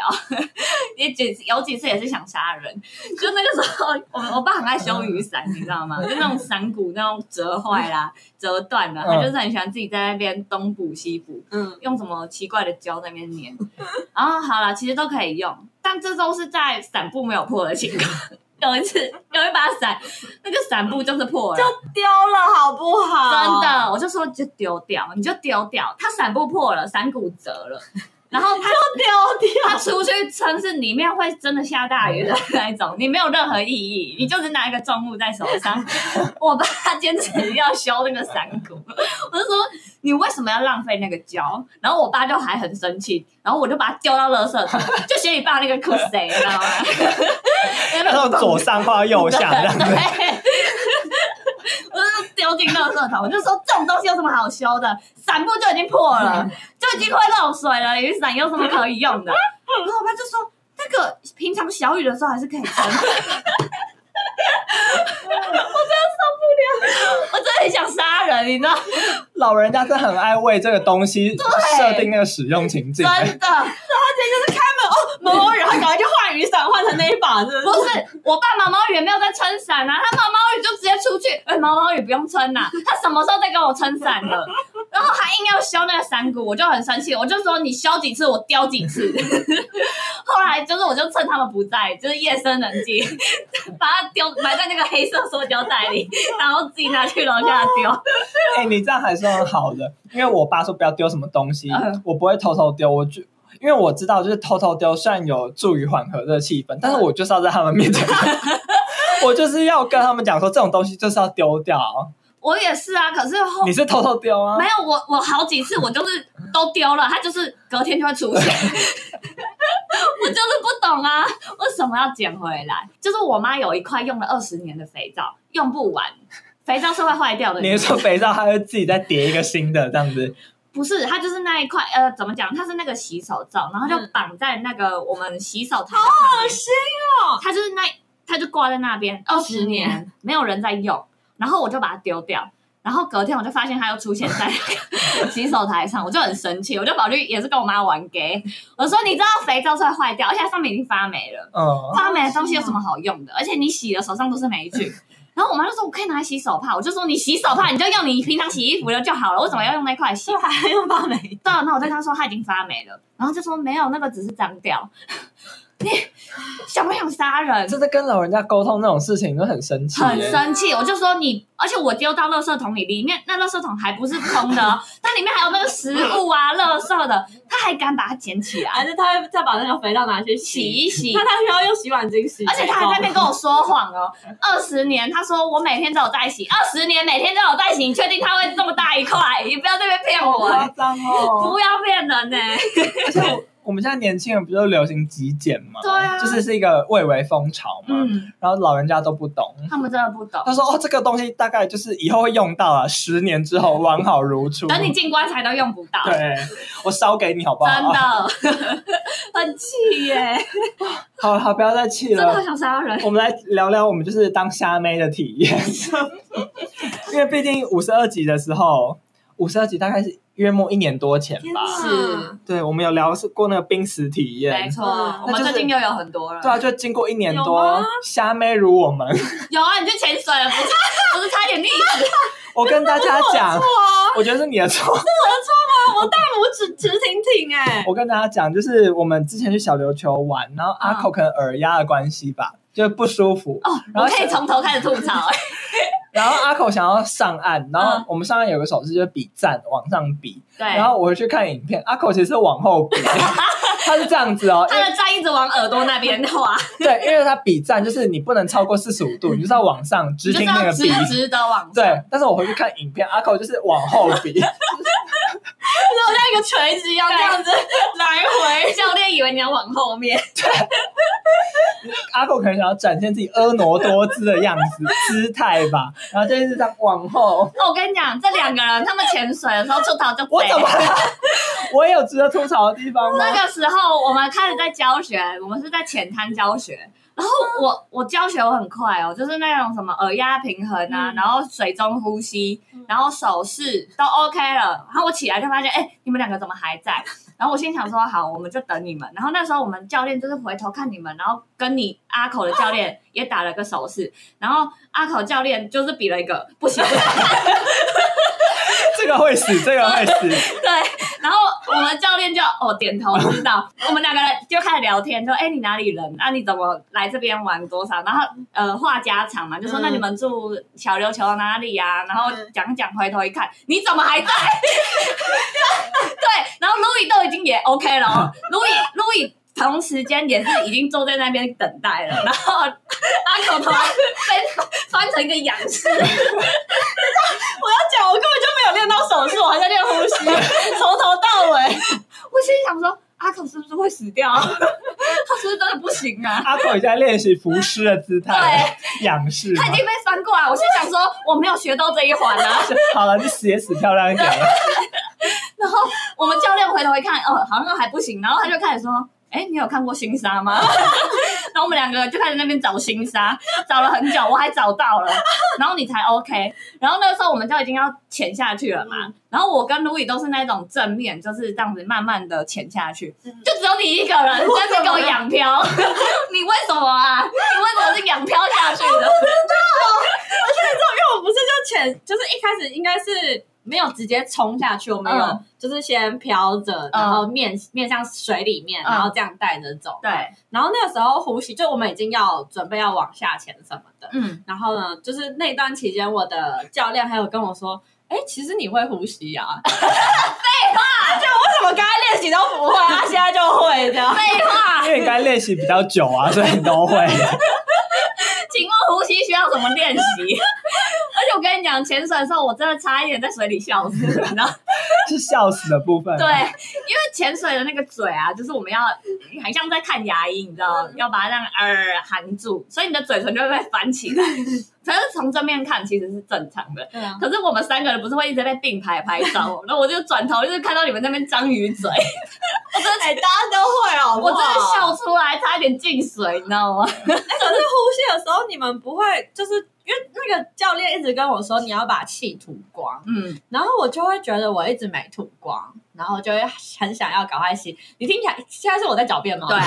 Speaker 3: 也几有几次也是想杀人。就那个时候，我我爸很爱修雨伞，
Speaker 2: 嗯
Speaker 3: 你知道吗？就那种伞骨那种折坏啦、折断
Speaker 2: 嗯
Speaker 3: 啦，他就是很喜欢自己在那边东补西补。
Speaker 4: 嗯，
Speaker 3: 用什么奇怪的胶在那边粘， 然后好了，其实都可以用，但这都是在伞布没有破的情况。有一次 有一把伞，那个伞布就是破了，
Speaker 4: 丢了好不好？
Speaker 3: 真，的，我就说就丢掉，你就丢掉。它伞布破了，伞骨折了，然后它
Speaker 4: 丢掉。
Speaker 3: 它出去城市里面会真的下大雨的那一种，你没有任何意义，你就只拿一个重物在手上。我爸坚持要修那个伞骨，我就说你为什么要浪费那个胶？然后我爸就还很生气，然后我就把它丢到垃圾桶，就写你爸那个哭谁，你知道吗？
Speaker 2: 那种左上画右下这样子，
Speaker 3: 对， 我就丢进垃圾桶，我就说这种东西有什么好修的？伞布就已经破了，就已经会漏水了，雨伞有什么可以用的？然后我爸就说。那个平常小雨的时候还是可以撑，我真的受不了，我真的很想杀人，你知道吗？
Speaker 2: 老人家是很爱为这个东西设定那个使用情境。
Speaker 3: 真的，
Speaker 4: 某某人，他赶快就换雨伞，换成那一把，是不是？
Speaker 3: 不是，我爸毛毛雨也没有在撑伞啊，他毛毛雨就直接出去，哎、毛毛雨不用撑呐、他什么时候在跟我撑伞了？然后还硬要修那个伞骨，我就很生气，我就说你修几次我丢几次。 后来就是我就趁他们不在，就是夜深人静，把它丢埋在那个黑色塑胶袋里，然后自己拿去楼下丢。
Speaker 2: 哎、你这样还是很好的，因为我爸说不要丢什么东西，
Speaker 3: 嗯
Speaker 2: 我不会偷偷丢，我就因为我知道就是偷偷丢，虽然有助于缓和这个气
Speaker 3: 嗯
Speaker 2: 氛，但是我就是要在他们面前， 我就是要跟他们讲说这种东西就是要丢掉，
Speaker 3: 我也是啊，可是后
Speaker 2: 你是偷偷丢啊
Speaker 3: 没，有，我我好几次我就是都丢了，它就是隔天就会出现。我就是不懂啊，为什么要捡回来？就是我妈有一块用了二十年的肥皂，用不完，肥皂是会坏掉的。
Speaker 2: 你是说肥皂它会自己再叠一个新的这样子，
Speaker 3: 不是，它就是那一块，呃，怎么讲？它是那个洗手皂，然后就绑在那个我们洗手台的旁边。
Speaker 4: 心
Speaker 3: 它就是那，它就挂在那边哦二十年，没有人在用。然后我就把它丢掉，然后隔天我就发现它又出现在洗手台上，我就很生气，我就跑去也是跟我妈玩 gay，我说你知道肥皂是会坏掉，而且哎它上面已经发霉了，
Speaker 2: 嗯，
Speaker 3: 发霉的东西有什么好用的？而且你洗了手上都是霉菌。然后我妈就说：“我可以拿来洗手帕。”我就说：“你洗手帕，你就用你平常洗衣服的就好了，为什么要用那块洗？”
Speaker 4: 就还用发霉，
Speaker 3: 到了，那我对他说他已经发霉了，然后就说没有，那个只是脏掉。 你想不想杀人？
Speaker 2: 真的跟老人家沟通那种事情都很生气耶，
Speaker 3: 很生气，我就说你，而且我丢到垃圾桶里，里面那垃圾桶还不是空的哦，它里面还有那个食物啊、垃圾的，他还敢把它捡起
Speaker 4: 还
Speaker 3: 来
Speaker 4: 是他会再把那个肥皂拿去
Speaker 3: 洗
Speaker 4: 洗？
Speaker 3: 一洗
Speaker 4: 那，他需要用洗碗巾洗，
Speaker 3: 而且他还在那边跟我说谎哦，二十年，他说我每天都有在洗，二十年每天都有在洗，你确定他会这么大一块？你不要在那边骗我、
Speaker 2: 夸
Speaker 3: 欸，
Speaker 2: 张哦！嗯
Speaker 3: 不要骗人呢、
Speaker 2: 而且我我们现在年轻人不就流行极简嘛，
Speaker 3: 对啊
Speaker 2: 就是是一个蔚为风潮嘛，
Speaker 3: 嗯，
Speaker 2: 然后老人家都不懂，
Speaker 3: 他们真的不懂。
Speaker 2: 他说：“哦，这个东西大概就是以后会用到啊，十年之后完好如初。”
Speaker 3: 等你进棺材都用不到。
Speaker 2: 对，我烧给你好不好？
Speaker 3: 真的很气耶，
Speaker 2: 好了，好，不要再气
Speaker 3: 真的好
Speaker 2: 了。
Speaker 3: 想杀人。
Speaker 2: 我们来聊聊我们就是当虾妹的体验， 因为毕竟五十二集的时候，五十二集大概是约莫一年多前吧。
Speaker 4: 哪
Speaker 3: 是
Speaker 2: 对，我们有聊过那个濒死体
Speaker 3: 没
Speaker 2: 验。
Speaker 3: 错，
Speaker 4: 嗯
Speaker 3: 我们最近又有很多了。
Speaker 2: 对啊，就经过一年
Speaker 4: 有
Speaker 2: 多
Speaker 4: 吗，
Speaker 2: 虾妹如我们，
Speaker 3: 有啊，你去潜水了，不是不是差点溺死？
Speaker 2: 我跟大家讲，我觉得是你的错，
Speaker 4: 我我大拇指直挺挺哎、
Speaker 2: 我跟大家讲，就是我们之前去小琉球玩，然后阿
Speaker 3: 嗯
Speaker 2: 寇可能耳压的关系吧，就不舒服。
Speaker 3: 哦，
Speaker 2: 然
Speaker 3: 我
Speaker 2: 后
Speaker 3: 可以
Speaker 2: 想
Speaker 3: 从头开始吐 槽、哎，
Speaker 2: 然后阿寇想要上岸，然后
Speaker 3: 嗯
Speaker 2: 我们上岸有个手势就是比赞，往上比。
Speaker 3: 对，
Speaker 2: 然后我回去看影片，阿寇其实是往后比，他是这样子哦，因为
Speaker 3: 他的站一直往耳朵那边滑，
Speaker 2: 对，因为他比赞就是你不能超过四十五度，你就是要往上
Speaker 3: 你
Speaker 2: 直
Speaker 3: 就是
Speaker 2: 挺那
Speaker 3: 要
Speaker 2: 个
Speaker 3: 直
Speaker 2: 比。
Speaker 3: 直的往上，
Speaker 2: 对，但是我回去看影片，阿寇就是往后比，
Speaker 3: 像一个垂直一样
Speaker 4: 对
Speaker 3: 这样子来回。教练以为你要往后面，
Speaker 2: 阿寇可能想要展现自己婀娜多姿的样子、姿态 吧，然后就一直这样往后。
Speaker 3: 那 我跟你讲，这两个人他们潜水的时候出逃就
Speaker 2: 我
Speaker 3: 飞
Speaker 2: 怎么了？ 我也有值得吐槽的地方吗？
Speaker 3: 那个时候我们开始在教学，我们是在浅滩教学。然后我我教学我很快哦，就是那种什么耳压平衡啊，
Speaker 4: 嗯
Speaker 3: 然后水中呼吸
Speaker 4: 嗯，
Speaker 3: 然后手势都 OK 了。然后我起来就发现，哎、你们两个怎么还在？然后我心想说，好，我们就等你们。然后那时候我们教练就是回头看你们，然后跟你阿口的教练也打了个手势，然后阿口教练就是比了一个不行，
Speaker 2: 这个会死，这个会 死。
Speaker 3: 对，然后我们教练就哦点头知道，我们两个人就开始聊天，说哎你哪里人？啊你怎么来这边玩多少？然后呃话家常嘛，就说、
Speaker 4: 嗯
Speaker 3: 那你们住小琉球哪里呀、然后讲讲，回头一看你怎么还在？对，然后路易都已经也 OK 了哦，路易路易。同时间也是已经坐在那边等待了，然后阿口头还被翻成一个仰视，
Speaker 4: 我要讲，我根本就没有练到手势，我还在练呼吸， 从头到尾。
Speaker 3: 我心里想说，阿口是不是会死掉啊？他是不是真的不行啊？
Speaker 2: 阿寇也在练习浮尸的姿态，仰视嘛
Speaker 3: 他已。经被翻过来，我心想说，我没有学到这一环啊。
Speaker 2: 好了，你死也死漂亮一点了。
Speaker 3: 然后我们教练回头一看，哦，好像还不行，然后他就开始说。哎，你有看过星沙吗？ 然后我们两个就开始那边找星沙，找了很久，我还找到了，然后你才 OK。然后那个时候我们就已经要潜下去了嘛，然后我跟卢以都是那种正面，就是这样子慢慢的潜下去，
Speaker 4: 嗯
Speaker 3: 就只有你一个人在那边给我仰 漂，你为什么啊？你为什么是仰漂下去的？
Speaker 4: 我不是就潜，就是一开始应该是没有直接冲下去，我们有、
Speaker 3: 嗯
Speaker 4: 就是先飘着，然后面、面向水里面，
Speaker 3: 嗯
Speaker 4: 然后这样带着走。
Speaker 3: 对，
Speaker 4: 然后那个时候呼吸，就我们已经要准备要往下潜什么的。
Speaker 3: 嗯，
Speaker 4: 然后呢，就是那段期间，我的教练还有跟我说。哎，其实你会呼吸啊？ 废话，就为什么刚才练习都不会，他现在就会这样？
Speaker 3: 废话，
Speaker 2: 因为你刚才练习比较久啊，所以你 都会。
Speaker 3: 请问呼吸需要怎么练习？ 而且我跟你讲，潜水的时候我真的差一点在水里笑死，你 知道？
Speaker 2: 是笑死的部分。啊
Speaker 3: 对，因为潜水的那个嘴啊，就是我们要很像在看牙医，你知道，要把它让呃含住，所以你的嘴唇就会被翻起 来。可是从正面看其实是正常的，
Speaker 4: 对啊，
Speaker 3: 可是我们三个人不是会一直被并排拍照，哦然后我就转头就是看到你们那边章鱼嘴，
Speaker 4: 哎，大家都会哦，
Speaker 3: 我真的
Speaker 4: 哇
Speaker 3: 笑出来，差一点进水，你知道吗？
Speaker 4: 可是呼吸的时候，你们不会就是因为那个教练一直跟我说你要把气吐光，
Speaker 3: 嗯，
Speaker 4: 然后我就会觉得我一直没吐光，然后就会很想要赶快吸。你听起来现在是我在狡辩吗？
Speaker 3: 对啊、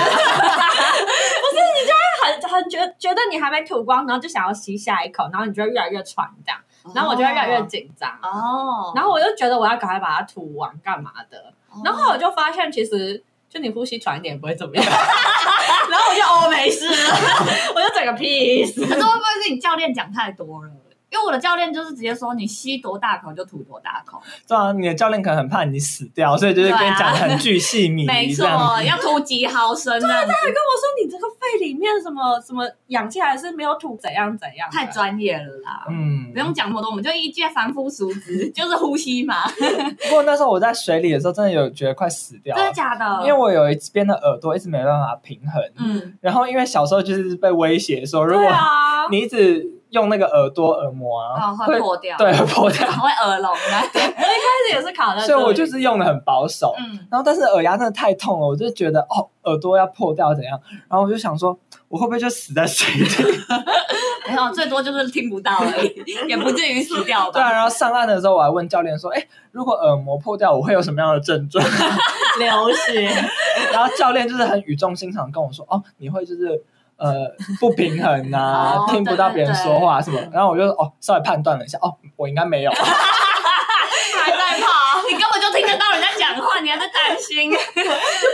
Speaker 4: 很很觉觉得你还没吐光，然后就想要吸下一口，然后你就会越来越喘这样，然后我就会越来越紧张。
Speaker 3: 哦，
Speaker 4: 然后我就觉得我要赶快把它吐完，干嘛的？然后我就发现，其实就你呼吸喘一点也不会 怎么样。然后我就哦没事了， 我就整个 peace。
Speaker 3: 可是会不会是你教练讲太多了？因为我的教练就是直接说你吸多大口就吐多大口，
Speaker 2: 对啊，你的教练可能很怕你死掉，所以就是跟你讲的很巨细靡
Speaker 3: 没
Speaker 2: 遗这
Speaker 3: 错
Speaker 2: 样。，
Speaker 3: 要吐几毫升这样子，
Speaker 4: 跟我说你这个肺里面什么什么氧气还是没有吐，怎样怎样的，
Speaker 3: 太专业了啦，
Speaker 2: 嗯，
Speaker 3: 不用讲那么多，我们就一介凡夫俗子，就是呼吸嘛，
Speaker 2: 不过那时候我在水里的时候，真的有觉得快死掉
Speaker 3: 真
Speaker 2: 了，
Speaker 3: 的假的？
Speaker 2: 因为我有一边的耳朵一直没办法平衡。
Speaker 3: 嗯，
Speaker 2: 然后因为小时候就是被威胁说，如
Speaker 4: 对
Speaker 2: 果
Speaker 4: 啊，
Speaker 2: 你一直用那个耳朵耳膜啊，
Speaker 3: 哦会破掉，
Speaker 2: 对，会破掉。
Speaker 3: 会耳聋啊的，
Speaker 4: 开始也是卡在这里，
Speaker 2: 所以我就是用的很保守。
Speaker 3: 嗯，
Speaker 2: 然后但是耳压真的太痛了，我就觉得哦，耳朵要破掉怎样？然后我就想说，我会不会就死在水 里？
Speaker 3: 然后最多就是听不到而已，也不至于死掉
Speaker 2: 对啊。
Speaker 3: 吧？
Speaker 2: 然后上岸的时候，我还问教练说，哎，如果耳膜破掉，我会有什么样的症状？
Speaker 4: 流血，
Speaker 2: 然后教练就是很语重心长地跟我说，哦，你会就是。呃，不平衡啊，
Speaker 3: 哦
Speaker 2: 听不到别人
Speaker 3: 对对
Speaker 2: 说
Speaker 3: 对
Speaker 2: 话什么，然后我就哦，稍微判断了一下，哦，我应该没有，
Speaker 3: 还在怕，你根本就听得到人家讲讲话，你还在担心，
Speaker 2: 就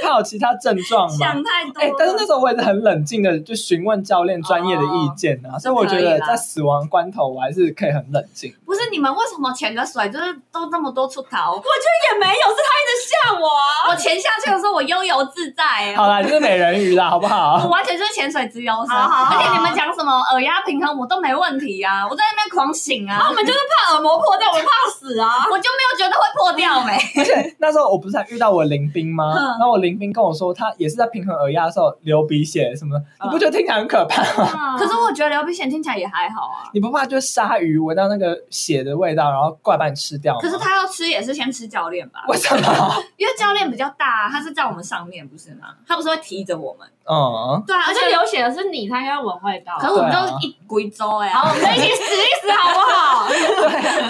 Speaker 2: 怕有其 他症状嘛。
Speaker 3: 想太多
Speaker 2: 哎、
Speaker 3: 了。哦
Speaker 2: 但是那时候我也是很冷静的，就询问教练专业的意见啊，所以我觉
Speaker 3: 可以
Speaker 2: 得
Speaker 3: 啦
Speaker 2: 在死亡关头，我还是可以很冷静。
Speaker 3: 不是你们为什么潜着水就是都那么多出逃？
Speaker 4: 也没有，是他一直吓我啊。
Speaker 3: 我潜下去的时候我悠游自在、哎
Speaker 2: 好啦，你是美人鱼啦，好不
Speaker 3: 我
Speaker 2: 好？
Speaker 3: 完全就是潜水之优生，
Speaker 4: 好好好
Speaker 3: 而且你们讲什么耳压平衡我都没问题啊，我在那边狂醒啊，
Speaker 4: 我们就是怕耳膜破掉，我们怕死啊！
Speaker 3: 我就没有觉得会破掉欸没、
Speaker 2: 而且那时候我不是还遇到我林斌吗？
Speaker 3: 嗯
Speaker 2: 然后我林斌跟我说，他也是在平衡耳压的时候流鼻血什么的，你不觉得听起来很可怕吗？
Speaker 3: 可
Speaker 4: 可
Speaker 3: 是
Speaker 4: 是
Speaker 3: 我觉得流鼻血听起来也还好啊。
Speaker 2: 你不怕就是鲨鱼闻到那个血的味道，然后过来把你吃掉吗？
Speaker 3: 可是他要吃也是先吃教练吧，
Speaker 2: 为什么？
Speaker 3: 因为教练比较大、啊他是在我们上面不是吗？他不是会提着我们？
Speaker 2: 嗯，
Speaker 3: 对啊，
Speaker 4: 而
Speaker 3: 而且
Speaker 4: 且流血的是你，他应该闻味道。
Speaker 3: 可是我们
Speaker 2: 对啊
Speaker 3: 都一鬼周哎，
Speaker 4: 好，我们一起死一死好不好？
Speaker 3: 没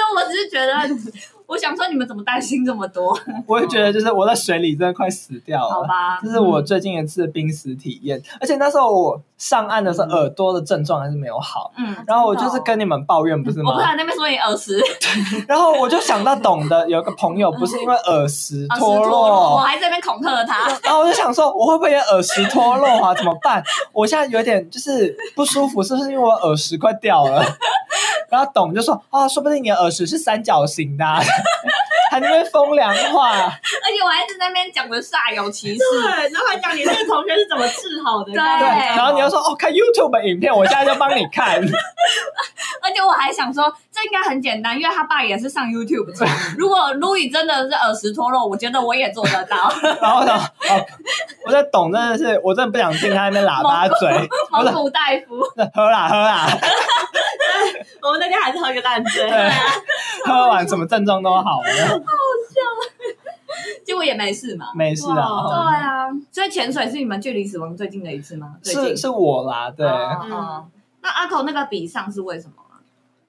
Speaker 3: 有，我只是觉得，我想说你们怎么担心这么多？
Speaker 2: 我也觉得就是我在水里真的快死掉
Speaker 3: 好
Speaker 2: 了。
Speaker 3: 吧，
Speaker 2: 这是我最近一次濒死体验，而且那时候我上岸的时候耳朵的症状还是没有好，
Speaker 3: 嗯，
Speaker 2: 然后我就是跟你们抱怨不是
Speaker 3: 我
Speaker 2: 吗
Speaker 3: 不？敢在那边说你耳石，耳
Speaker 2: 然后我就想到懂的，有个朋友不是因为耳 石
Speaker 3: 石
Speaker 2: 脱
Speaker 3: 落，我
Speaker 2: 落，
Speaker 3: 还在那边恐吓他。
Speaker 2: 然后我就想说我会不会也耳石脱落啊？怎么办？我现在有点就是不舒服，是不是因为我耳石快掉了？然后懂就说啊，说不定你的耳石是三角形的、啊， 还能风凉话。
Speaker 3: 而且我还一直在那边讲的煞有其事。
Speaker 4: 对，然后还讲你那个同学是怎么治好的。
Speaker 3: 对
Speaker 2: 对，
Speaker 4: 大家
Speaker 2: 然后你又说哦，看 YouTube 影片，我现在就帮你看。
Speaker 3: 而且我还想说，这应该很简单，因为他爸也是上 YouTube 讲。如果 Louis 真的是耳石脱落，我觉得我也做得到。
Speaker 2: 然后呢，哦，我在懂，真的是，我真的不想听他那边喇叭嘴，我
Speaker 3: 蒙
Speaker 2: 说
Speaker 3: 古大夫，
Speaker 2: 喝啦喝啦，
Speaker 4: 我们那天还是喝个烂醉。
Speaker 3: 啊
Speaker 2: 对，喝完什么症状都好了，
Speaker 3: 结果也没事嘛。
Speaker 2: 没事
Speaker 3: 对
Speaker 2: 啊。
Speaker 3: 啊，所以潜水是你们距离死亡最近的一次吗？最
Speaker 2: 是
Speaker 3: 近
Speaker 2: 是我啦，对，
Speaker 3: 啊哦
Speaker 4: 嗯
Speaker 3: 哦那阿口那个比上是为什么啊？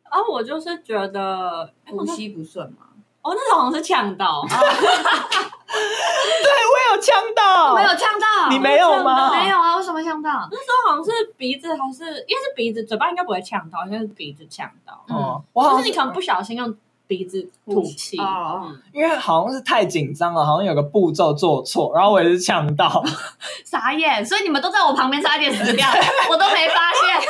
Speaker 4: 啊，我就是觉得，哎我
Speaker 3: 呼
Speaker 4: 那
Speaker 3: 吸不顺吗？
Speaker 4: 哦，那时候好像是呛 到，
Speaker 2: 对我有呛到，
Speaker 3: 没有呛到，
Speaker 2: 你没有吗？
Speaker 3: 没有啊？为什么呛到？
Speaker 4: 那时候好像是鼻子还是应该是鼻子，嘴巴应该不会呛到，应该是鼻子呛到。
Speaker 3: 嗯
Speaker 2: 哦，我好
Speaker 4: 就
Speaker 2: 像
Speaker 4: 是你可能不小心用鼻子吐气。
Speaker 3: 哦，哦
Speaker 2: 因为好像是太紧张了，好像有个步骤做错，然后我也是 呛到，
Speaker 3: 傻眼！所以你们都在我旁边差点死 掉，我都没发现，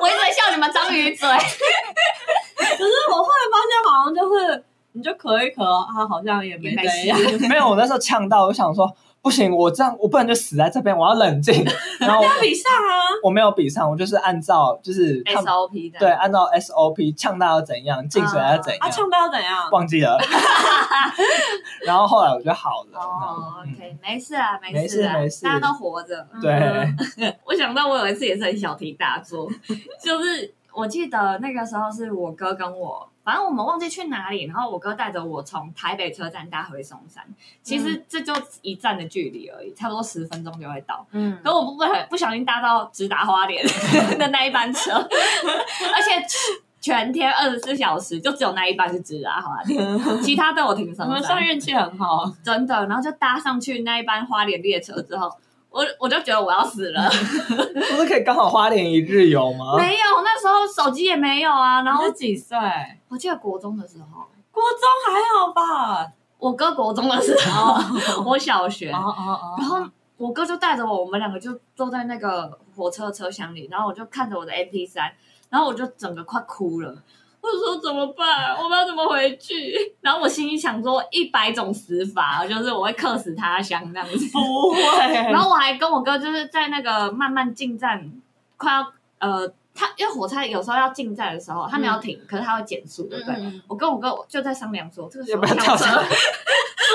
Speaker 3: 我一直在笑你们章鱼 嘴。
Speaker 4: 可是我后来发现，好像就是你就咳一咳，它好像也没
Speaker 3: 也没
Speaker 4: 怎样。
Speaker 2: 没有，我那时候呛到，我想说不行，我这样我不能就死在这边，我要冷 静，然后我
Speaker 4: 比上啊，
Speaker 2: 我没有比上，我就是按照就是他们
Speaker 3: SOP 的，
Speaker 2: 对，按照 SOP 呛到要怎样，进水要怎样，
Speaker 4: 啊，呛到怎样？
Speaker 2: 忘记了。然后后来我就好了。
Speaker 3: 哦
Speaker 2: 嗯
Speaker 3: ，OK，没事啊，
Speaker 2: 没
Speaker 3: 事啊
Speaker 2: 事没，事
Speaker 3: 大家都活着。嗯
Speaker 2: 嗯对，
Speaker 3: 我想到我有一次也是很小题大做， 就是我记得那个时候是我哥跟我，反正我们忘记去哪里，然后我哥带着我从台北车站搭回松山，其
Speaker 2: 嗯
Speaker 3: 实这就一站的距离而已，差不多十分钟就会到。
Speaker 4: 嗯
Speaker 3: 可我不不不小心搭到直达花 莲的那一班车，而且全天二十四小时就只有那一班是直达花莲，其他都有停
Speaker 4: 我
Speaker 3: 松
Speaker 4: 们
Speaker 3: 山
Speaker 4: 算。运气很好，
Speaker 3: 真的，然后就搭上去那一班花莲列车之后，我我就觉得我要死
Speaker 4: 啊
Speaker 3: 了。
Speaker 2: 不是可以刚好花莲一日游吗？
Speaker 3: 没有，那时候手机也没有啊。 然
Speaker 4: 然
Speaker 3: 后
Speaker 4: 后几岁？
Speaker 3: 我记得国中的时候，
Speaker 4: 国中还好吧？
Speaker 3: 我哥国中的时候，我小学，
Speaker 4: 哦哦
Speaker 3: 然后我哥就带着我，我们两个就坐在那个火车车厢里，然后我就看着我的 MP 三，然后我就整个快哭了。我就说怎么办？我们要怎么回去？然后我心里想说一百种死法，就是我会客死他乡那样子。
Speaker 4: 不会，
Speaker 3: 然后我还跟我哥就是在那个慢慢进站，快要呃，他因为火车有时候要进站的时候，他们要停，可是他会减速，对不对？
Speaker 4: 嗯，
Speaker 3: 我跟我哥就在商量说，这个时
Speaker 2: 要
Speaker 3: 候
Speaker 2: 不要
Speaker 3: 跳
Speaker 2: 跳
Speaker 3: 车
Speaker 2: 车？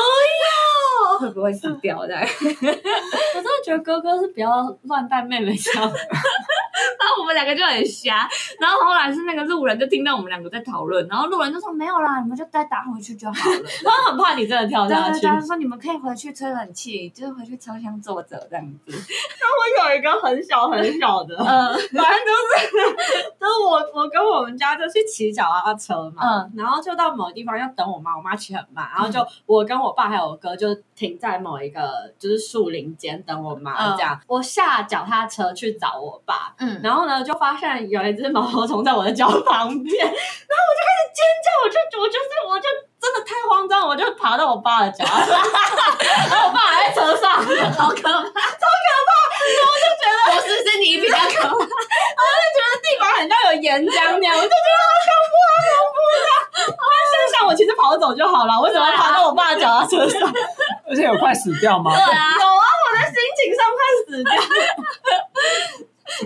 Speaker 3: 会不会死掉？这样，
Speaker 4: 我真的觉得哥哥是不要乱带妹妹讲，
Speaker 3: 然后我们两个就很瞎。然后后来是那个路人就听到我们两个在讨论，然后路人就说没有啦，你们就再打回去就好了。
Speaker 4: 然后很怕你真的跳
Speaker 3: 对
Speaker 4: 下
Speaker 3: 对
Speaker 4: 去
Speaker 3: 对，。他说你们可以回去吹冷气，就是回去车厢坐着这样子。
Speaker 4: 我有一个很小很小 的，
Speaker 3: 嗯
Speaker 4: 反正就是，就是我我跟我们家就去骑脚踏车嘛，
Speaker 3: 嗯
Speaker 4: 然后就到某个地方要等我妈，我妈骑很慢，然后就我跟我爸还有我哥就停在某一个就是树林间等我妈
Speaker 3: 嗯
Speaker 4: 这样。我下脚踏车去找我爸，
Speaker 3: 嗯，
Speaker 4: 然后呢，呢，就发现有一只毛毛虫在我的脚旁边， 然后我就开始尖叫，我就我就是我就真的太慌张了，我就爬到我爸的脚， 然后我爸还在车上，
Speaker 3: 好可怕，超可怕！然后我就觉 得，我是不是你比较可怕？
Speaker 4: 地板很像有岩浆那样，我就觉得好恐怖，好恐怖的。我在想想，我其实跑走就好了，为什么要爬到我爸的脚踏车上？
Speaker 3: 啊
Speaker 2: 而且有快死掉吗？
Speaker 3: 对啊，
Speaker 4: 有啊，我的心情上快死掉。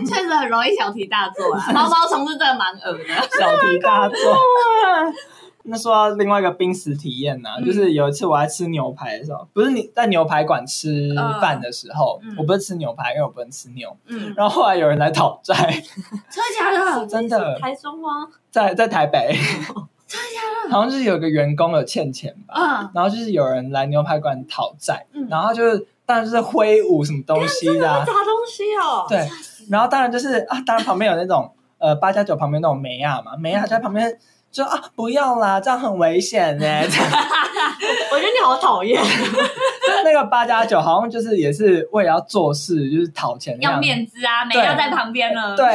Speaker 3: 确实很容易小题大做 啊。毛毛虫是真的蛮恶的，
Speaker 2: 小题大 做。那说到另外一个濒死体验呢、
Speaker 3: 嗯
Speaker 2: 就是有一次我在吃牛排的时候，不是你在牛排馆吃饭的时候，
Speaker 3: 嗯
Speaker 2: 我不是吃牛排，因为我不能吃牛。
Speaker 3: 嗯，
Speaker 2: 然后后来有人来讨债，
Speaker 3: 真的假的？
Speaker 2: 真的
Speaker 4: 台中吗？
Speaker 2: 在在台北，好像就是有个员工有欠钱吧，
Speaker 3: 嗯，
Speaker 2: 然后就是有人来牛排馆讨债，
Speaker 3: 嗯
Speaker 2: 然后就是当然就是挥舞什么东西的啊、
Speaker 4: 砸东西哦。
Speaker 2: 对，然后当然就是啊，当然旁边有那种呃八加九旁边那种梅亚嘛，梅亚就在旁边就啊不要啦，这样很危险呢、
Speaker 4: 我觉得你好讨厌。
Speaker 2: 那个八加九好像就是也是为了要做事，就是讨钱那
Speaker 3: 要
Speaker 2: 样
Speaker 3: 面子啊，没
Speaker 2: 对
Speaker 3: 要在旁边了。，
Speaker 2: 对，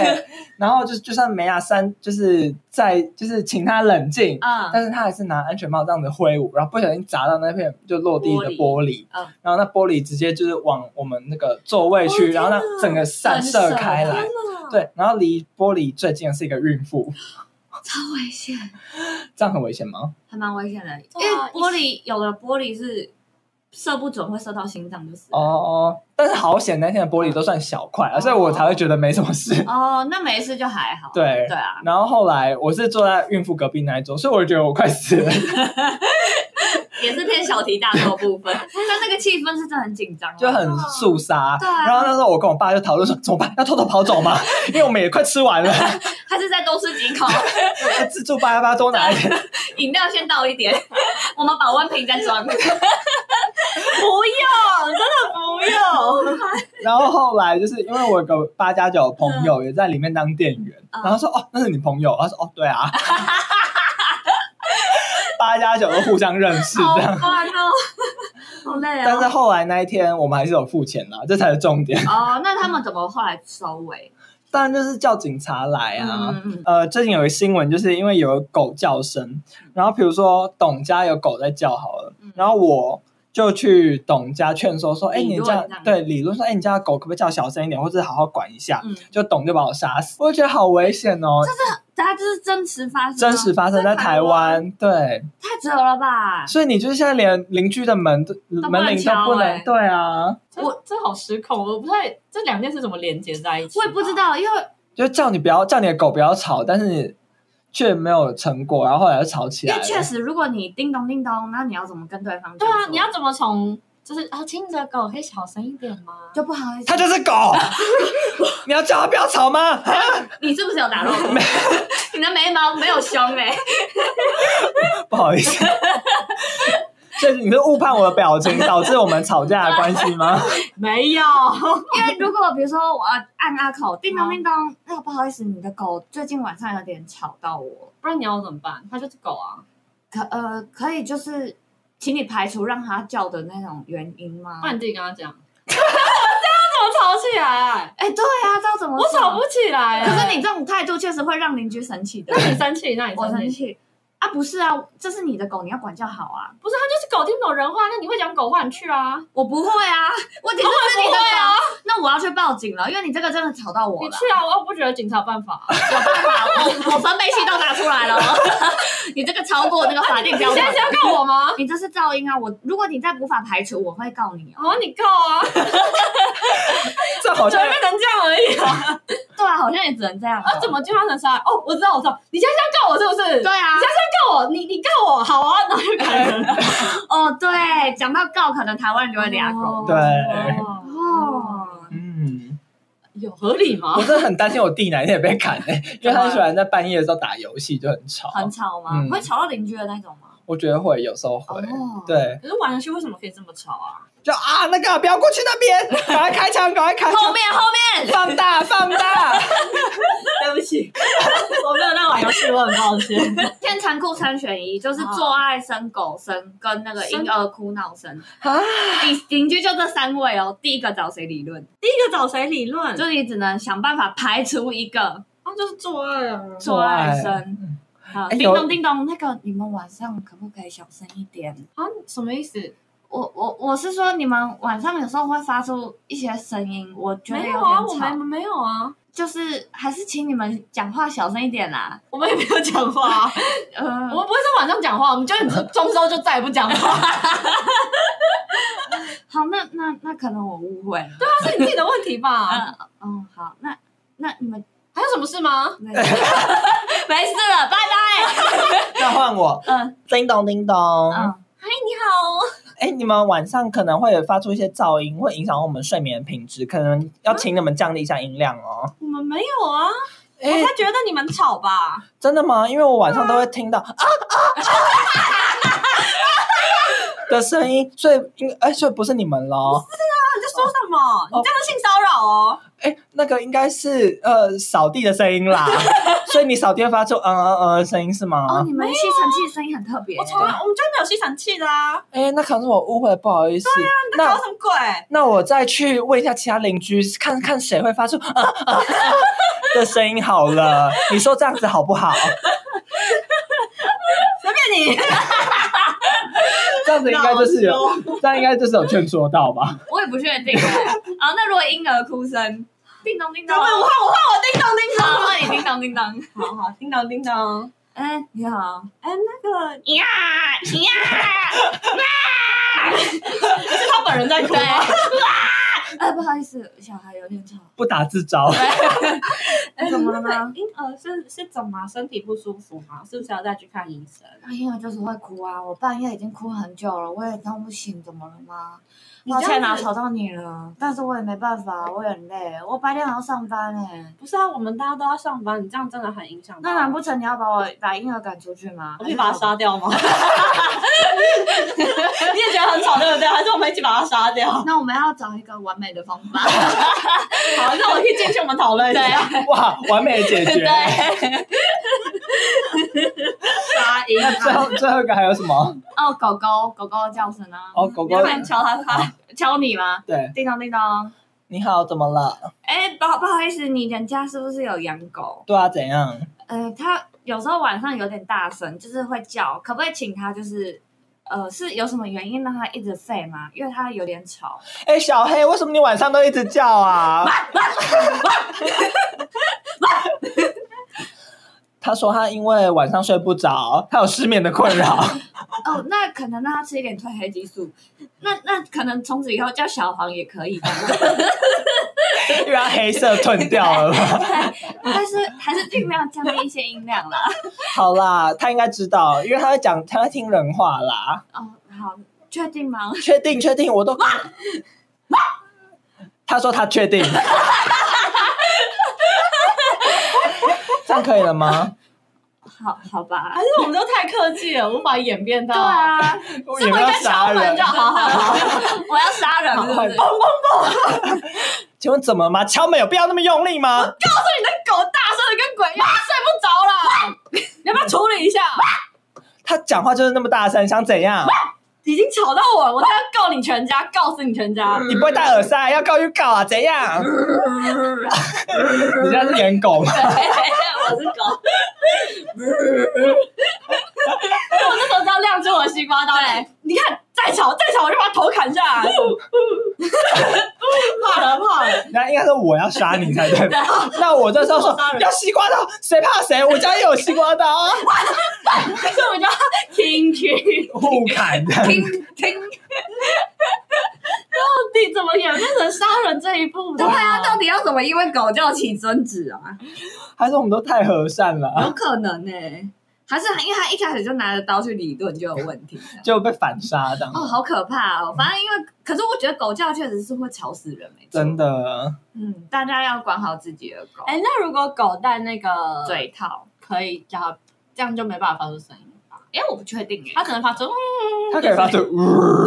Speaker 2: 然后就就算梅亚三就是在就是请他冷静，
Speaker 3: 嗯，
Speaker 2: 但是他还是拿安全帽这样子挥舞，然后不小心砸到那片就落地的玻
Speaker 3: 玻
Speaker 2: 璃，
Speaker 3: 璃嗯
Speaker 2: 然后那玻璃直接就是往我们那个座位
Speaker 4: 哦
Speaker 2: 区，
Speaker 4: 天
Speaker 2: 然后
Speaker 4: 哪
Speaker 2: 那整个散射开来
Speaker 4: 天。哪！
Speaker 2: 对，然后离玻璃最近的是一个孕妇，
Speaker 3: 超危险，
Speaker 2: 这样很危险吗？
Speaker 3: 还蛮危险的，
Speaker 4: 对
Speaker 3: 因为
Speaker 4: 啊
Speaker 3: 玻璃有的玻璃是射不准会射到心脏，就是了。
Speaker 2: 哦哦，但是好险那天的玻璃都算小块啊，所以我才会觉得没什么事。
Speaker 3: 哦，那没事就还好。
Speaker 2: 对
Speaker 3: 对啊，
Speaker 2: 然后后来我是坐在孕妇隔壁那一桌，所以我觉得我快死 了。
Speaker 3: 也是偏小题大做部 分，但那个气氛是真的很紧张啊，
Speaker 2: 就很肃杀。
Speaker 3: 对啊
Speaker 2: 然后那时候我跟我爸就讨论说，怎么办？要偷偷跑走吗？因为我们也快 吃完了，
Speaker 3: 还是再多吃几 口，
Speaker 2: 自助吧要不要多拿一点？
Speaker 3: 饮料先倒一点， 我们保温瓶再装。
Speaker 4: 不用，真的不
Speaker 3: 啊
Speaker 4: 用。
Speaker 2: 然后后来就是因为我有个八加九朋友也在里面当店员，
Speaker 3: 嗯
Speaker 2: 然后说哦，那是你朋友？他说哦，对啊。 八加九都互相认识
Speaker 3: 好
Speaker 2: 这样，
Speaker 3: 烦哦， 好累
Speaker 2: 但是
Speaker 3: 哦。
Speaker 2: 后来那一天我们还是有付钱啦，这才是重点。
Speaker 3: 哦，那他们怎么后来收尾？
Speaker 2: 当然就是叫警察来啊，
Speaker 3: 嗯嗯
Speaker 2: 呃，最近有个新闻，就是因为有狗叫声，然后比如说董家有狗在叫好了，
Speaker 3: 嗯
Speaker 2: 然后我就去董家劝说说，哎、
Speaker 3: 理
Speaker 2: 你
Speaker 3: 论
Speaker 2: 家
Speaker 3: 这样
Speaker 2: 对理论说，哎、你家的狗可不可以叫小声一点，或者好好管一下？
Speaker 3: 嗯，
Speaker 2: 就董就把我杀死，我就觉得好危险哦，
Speaker 3: 大家这是真实发生，啊
Speaker 2: 真实，发生在台湾，对，
Speaker 3: 太扯了吧？
Speaker 2: 所以你就是现在连邻居的门都
Speaker 3: 能
Speaker 2: 门铃都不
Speaker 3: 敲
Speaker 2: 能，
Speaker 3: 哎
Speaker 2: 对啊，
Speaker 4: 我这好失控，我不太这两件事怎么连接在一起？
Speaker 3: 我也不知。道，因为
Speaker 2: 就叫你不要叫你的狗不要吵，但是你却没有成果，然后后来就吵起
Speaker 3: 因
Speaker 2: 来
Speaker 3: 为
Speaker 2: 了，
Speaker 3: 确实，如果你叮咚叮咚，那你要怎么跟对方？
Speaker 4: 对啊，你要怎么从就是啊，亲着狗可以小声一点吗？
Speaker 3: 就不好意思，
Speaker 2: 它 就是狗，你要叫它不要吵吗？
Speaker 3: 你是不是有打漏？你的眉毛没有凶哎、
Speaker 2: 不好意思，所以你是误判我的表情，导致我们吵架的关系吗？
Speaker 4: 没有，
Speaker 3: 因为如果比如说我按阿口叮咚叮咚，那个不好意思，你的狗最近晚上有点吵到我，
Speaker 4: 不然你要怎么办？它就是狗啊，
Speaker 3: 可呃可以就是，请你排除让它叫的那种原因吗
Speaker 4: 不？然你自己跟它 讲。这样怎么吵起来？
Speaker 3: 哎、对呀、啊，这要怎么
Speaker 4: 我
Speaker 3: 吵
Speaker 4: 吵不？起来。
Speaker 3: 可是你这种态度确实会让邻居生气的
Speaker 4: 那。你生气，那你
Speaker 3: 我生
Speaker 4: 生气，
Speaker 3: 气啊？不是啊，这是你的狗，你要管教好啊。
Speaker 4: 不是它就是狗听不懂人话，那你会讲狗话，你去啊，
Speaker 3: 我不会啊， 哦我顶多是你的
Speaker 4: 不会啊
Speaker 3: 狗，那我要去报警了，因为你这个真的吵到我
Speaker 4: 你
Speaker 3: 了。
Speaker 4: 去啊，我又不觉得警察有办法。
Speaker 3: 有办法，啊我我防备器都拿出来了 哦，你这个超过那个法定
Speaker 4: 你
Speaker 3: 标
Speaker 4: 现
Speaker 3: 准
Speaker 4: 在。是要告 我吗？
Speaker 3: 你这是噪音啊！我如果你再无法排除，我会告你哦。
Speaker 4: 哦，你告啊，
Speaker 2: 这好
Speaker 4: 怎
Speaker 2: 像
Speaker 4: 么能这样而已啊？
Speaker 3: 对啊，好像也只能这样、
Speaker 4: 啊，怎？么进化成啥？哦，我知道，我知道，你现在是要告我是不是？
Speaker 3: 对啊，
Speaker 4: 告我，你你告我，好啊， 然后就砍人了。
Speaker 3: 哦对，讲到告，可能台湾人就会俩狗。
Speaker 2: 对
Speaker 4: 哦，
Speaker 3: 哦，
Speaker 2: 嗯，
Speaker 4: 有合理吗
Speaker 2: 我？真的很担心我弟哪一天也被砍呢、因为他喜欢在半夜的时候打游戏，就很吵。
Speaker 3: 很吵吗
Speaker 2: 嗯？
Speaker 3: 会吵到邻居的那种吗？
Speaker 2: 我觉得会有时候会，
Speaker 3: 哦，
Speaker 2: 对，
Speaker 4: 可是玩游戏为什么可以这么吵啊？
Speaker 2: 就啊那个不要过去那边，赶快开枪，赶快开
Speaker 3: 后
Speaker 2: 枪，
Speaker 3: 面后 面，
Speaker 2: 放大放 大。
Speaker 4: 对不起， 我没有在玩游戏，我很抱歉。
Speaker 3: 现在残酷三选一，就是做爱、生狗啊生跟那个婴儿哭闹声。
Speaker 2: 啊
Speaker 3: 邻邻居就这三位哦，第一个找谁理论？
Speaker 4: 第一个找谁理论？
Speaker 3: 就你只能想办法排除一个
Speaker 4: 哦就是做爱啊。
Speaker 3: 做爱 声。好，
Speaker 2: 哎
Speaker 3: 叮
Speaker 2: 有
Speaker 3: 咚叮咚，那个你们晚上可不可以小声一点？
Speaker 4: 啊，什么意思？
Speaker 3: 我我我是说，你们晚上有时候会发出一些声音，我觉得
Speaker 4: 没
Speaker 3: 有
Speaker 4: 有啊，
Speaker 3: 点
Speaker 4: 我
Speaker 3: 吵，
Speaker 4: 们没有啊，
Speaker 3: 就是还是请你们讲话小声一点啦。
Speaker 4: 我们也没有讲话、啊，
Speaker 3: 呃
Speaker 4: 我，们不会在晚上讲话，我们就中周就再也不讲 话，
Speaker 3: 好，那那那可能我误会了。对，
Speaker 4: 那是你自己的问题吧？
Speaker 3: 嗯嗯，好，那那你 们
Speaker 4: 还有什么事吗？
Speaker 3: 没 没事了，拜拜。
Speaker 2: 那换我，
Speaker 3: 嗯
Speaker 2: 叮咚叮咚。
Speaker 3: 嗯，
Speaker 4: 嗨，你好，
Speaker 2: 哎、你们晚上可能会发出一些噪音，会影响我们睡眠的品质，可能要请你们降低一下音量哦。
Speaker 4: 我们没有啊，
Speaker 2: 哎、
Speaker 4: 我才觉得你们吵吧？
Speaker 2: 真的吗？因为我晚上都会听到啊啊 啊的声音，所以应哎、所以不是你们咯。
Speaker 4: 那你在说什么？你这样是性骚扰哦！
Speaker 2: 哎、那个应该是呃扫地的声音 啦，所以你扫地会发出嗯嗯嗯的声音是吗？
Speaker 3: 哦，你们吸尘器的声音很特别。
Speaker 4: 我从来我们就没有吸尘器的啊，
Speaker 2: 哎、那可能是我误会了，不好意思。
Speaker 3: 啊
Speaker 4: 你在
Speaker 2: 那
Speaker 4: 搞什么鬼？
Speaker 2: 那我再去问一下其他邻居，看看谁会发出啊啊啊的声音好了。你说这样子好不好？
Speaker 4: 随便你，
Speaker 2: 这样子应该就是有，这样应该就是有劝说到吧？
Speaker 3: 我也不确定。 好，那如果婴儿哭声，叮咚叮
Speaker 4: 那
Speaker 3: 咚，
Speaker 4: 我换我
Speaker 3: 好，
Speaker 4: 换我叮咚叮咚，
Speaker 3: 那你叮咚叮咚。
Speaker 4: 好好叮咚叮咚。
Speaker 3: 哎，你好，
Speaker 4: 哎，那个
Speaker 3: 呀呀，
Speaker 4: 是他本人在哭
Speaker 3: 对，
Speaker 4: 吗？
Speaker 3: 哎，不好意思，小孩有点吵。
Speaker 2: 不打自招。
Speaker 3: 怎么了
Speaker 4: 哎那
Speaker 3: 吗
Speaker 4: 个婴儿是是怎么啊身体不舒服吗？是不是要再去看医生？
Speaker 3: 婴儿就是会哭啊，我半夜已经哭很久了，我也弄不醒，怎么了吗？
Speaker 4: 你
Speaker 3: 抱
Speaker 4: 这样
Speaker 3: 歉啊，
Speaker 4: 子
Speaker 3: 吵到你了，但是我也没办法，我也很累，我白天还要上班哎。
Speaker 4: 不是啊，我们大家都要上班，你这样真的很影响。
Speaker 3: 那难不成你要把我把婴儿赶出去吗？
Speaker 4: 我可以把他杀掉 吗？你也觉得很吵，对不对？还是我们一起把他杀掉？好，
Speaker 3: 那我们要找一个完美的方 法。
Speaker 4: 那我们可以进去我们讨论一下
Speaker 2: 哇，完美的解决。
Speaker 4: 杀婴
Speaker 2: 那最
Speaker 4: 儿。
Speaker 2: 后最后一个还有什么？
Speaker 3: 哦，狗狗狗狗的哦叫声啊，
Speaker 2: 哦，狗
Speaker 4: 你
Speaker 2: 狗
Speaker 4: 要，来敲他他
Speaker 3: 敲你吗？
Speaker 2: 对，
Speaker 3: 叮咚叮咚。
Speaker 2: 你好，怎么了？
Speaker 3: 哎、不好不好意思，你人家是不是有养狗？
Speaker 2: 对啊，怎样？
Speaker 3: 呃，它有时候晚上有点大声，就是会叫，可不可以请它就是，呃，是有什么原因让它一直吠吗？因为它有点吵。
Speaker 2: 哎、小黑，为什么你晚上都一直叫啊？他说他因为晚上睡不着，他有失眠的困扰。
Speaker 3: 哦，那可能让它吃一点褪黑激素，那那可能从此以后叫小黄也可以吧。
Speaker 2: 因为他黑色吞掉了。
Speaker 3: 但是还是尽量降低一些音量啦。
Speaker 2: 好啦，他应该知道，因为他会讲，他会听人话啦。
Speaker 3: 哦，好，确定吗？
Speaker 2: 确定，确定，我都。他说他确定。这样可以了吗？
Speaker 3: 好好吧
Speaker 4: 还。是我们都太客气了，无法演变到。
Speaker 3: 对，啊，
Speaker 2: 我
Speaker 4: 是
Speaker 2: 有没
Speaker 4: 我应
Speaker 2: 有
Speaker 4: 该
Speaker 2: 杀
Speaker 4: 敲门
Speaker 2: 人
Speaker 4: 就？好好好。
Speaker 3: 我要杀人是不
Speaker 2: 快
Speaker 3: 是？
Speaker 2: 请问怎么了吗？敲门有必要那么用力吗？
Speaker 4: 你的狗大声的跟鬼一样，它睡不着了， 你要不要处理一下？
Speaker 2: 他讲话就是那么大声，想怎样？
Speaker 4: 已经吵到我了，我再要告你全家，告死你全家。
Speaker 2: 你不会戴耳塞，要告就告啊？怎样？你现在是演狗吗？
Speaker 4: 我是狗。我那时候就要亮出我的西瓜刀来，你看再吵再吵，我就把头砍下来。怕了怕了，
Speaker 2: 那应该是我要杀你才对吧。那我这时候说
Speaker 4: 啊我杀人
Speaker 2: 要西瓜刀，谁怕谁？我家也有西瓜刀啊，
Speaker 4: 所以我就要听去。
Speaker 2: 互砍的。
Speaker 3: 听听，
Speaker 4: 到底怎么演变成杀人这一步的？
Speaker 3: 对啊，到底要怎么因为狗叫起争执啊？
Speaker 2: 还是我们都太和善了， 啊
Speaker 3: 有可能呢、欸还是因为他一开始就拿着刀去理论就有问题。
Speaker 2: 就被反杀这样。
Speaker 3: 哦，好可怕哦！反正因为，可是我觉得狗叫确实是会吵死人，没错。
Speaker 2: 真，的，
Speaker 3: 嗯，大家要管好自己的狗。
Speaker 4: 哎，那如果狗带那个
Speaker 3: 嘴套，
Speaker 4: 可以叫它，这样就没办法发出声音吧？
Speaker 3: 哎，我不确定哎
Speaker 4: 他，可能发出，嗯
Speaker 2: 他可以发出呜，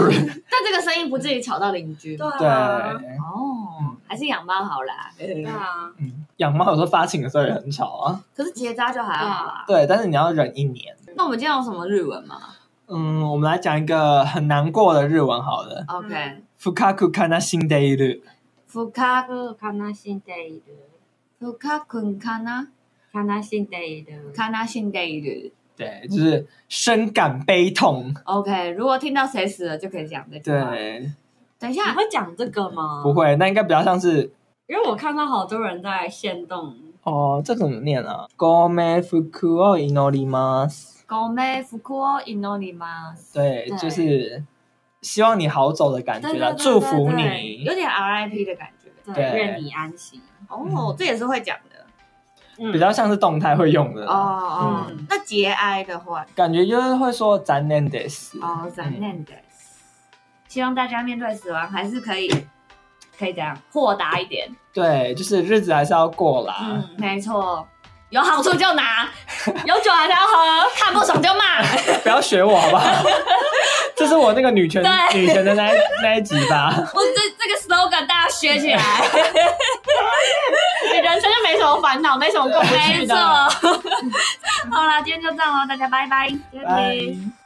Speaker 3: 但这个声音不至于吵到邻居吗。
Speaker 2: 对，
Speaker 3: 哦，还是养猫好啦。
Speaker 4: 对啊，
Speaker 2: 嗯，养猫有时候发情的时候也很吵啊，
Speaker 3: 可是结扎就还好啊啦。
Speaker 2: 对，但是你要忍一年。
Speaker 3: 嗯那我们今天有什么日文吗
Speaker 2: 嗯，我们来讲一个很难过的日文好了。
Speaker 3: ？OK，
Speaker 2: 福卡库卡纳辛德伊鲁，
Speaker 3: 福卡
Speaker 4: 嗯，卡纳辛德伊的，
Speaker 3: 福卡坤卡纳
Speaker 4: 卡纳辛德伊的，
Speaker 3: 卡纳辛德伊鲁。
Speaker 2: 对，就是深感悲痛。
Speaker 3: OK，如果听到谁死了就可以讲这句话。，
Speaker 2: 对，
Speaker 3: 等一
Speaker 4: 你
Speaker 3: 下，
Speaker 4: 会讲这个吗？
Speaker 2: 不，会，那应该比较像是
Speaker 4: 因为我看到好多人在现动，
Speaker 2: 哦，这怎么念啊？ごめん福を祈ります。
Speaker 3: ごめん福を祈ります。
Speaker 2: 对，
Speaker 4: 对
Speaker 2: 就是希望你好走的感觉啦，
Speaker 4: 对对对
Speaker 2: 祝福
Speaker 4: 对
Speaker 2: 你
Speaker 3: 有。点 RIP 的感觉。
Speaker 4: 对，
Speaker 2: 对
Speaker 4: 愿你安息。
Speaker 3: 哦，这也是会讲的。
Speaker 4: 嗯
Speaker 2: 比较像是动态会用的，
Speaker 3: 哦哦，那节哀的话，
Speaker 2: 感觉就是会说残念嗯です。
Speaker 3: 哦，残念的。希望大家面对死亡还是可以，可以这样豁达一点。
Speaker 2: 对，就是日子还是要过啦。
Speaker 4: 嗯，
Speaker 3: 没错，有好处就 拿，有酒还是要喝，看不爽就骂。
Speaker 2: 不要学我好不好？ 这是我那个女权
Speaker 3: 对
Speaker 2: 女权的那一那一集 吧。
Speaker 3: 我这这个 slogan 大家学起来，你 人生就没什么烦恼， 没什么过不去的。好啦，今天就这样喽，大家拜拜，再见
Speaker 2: 拜。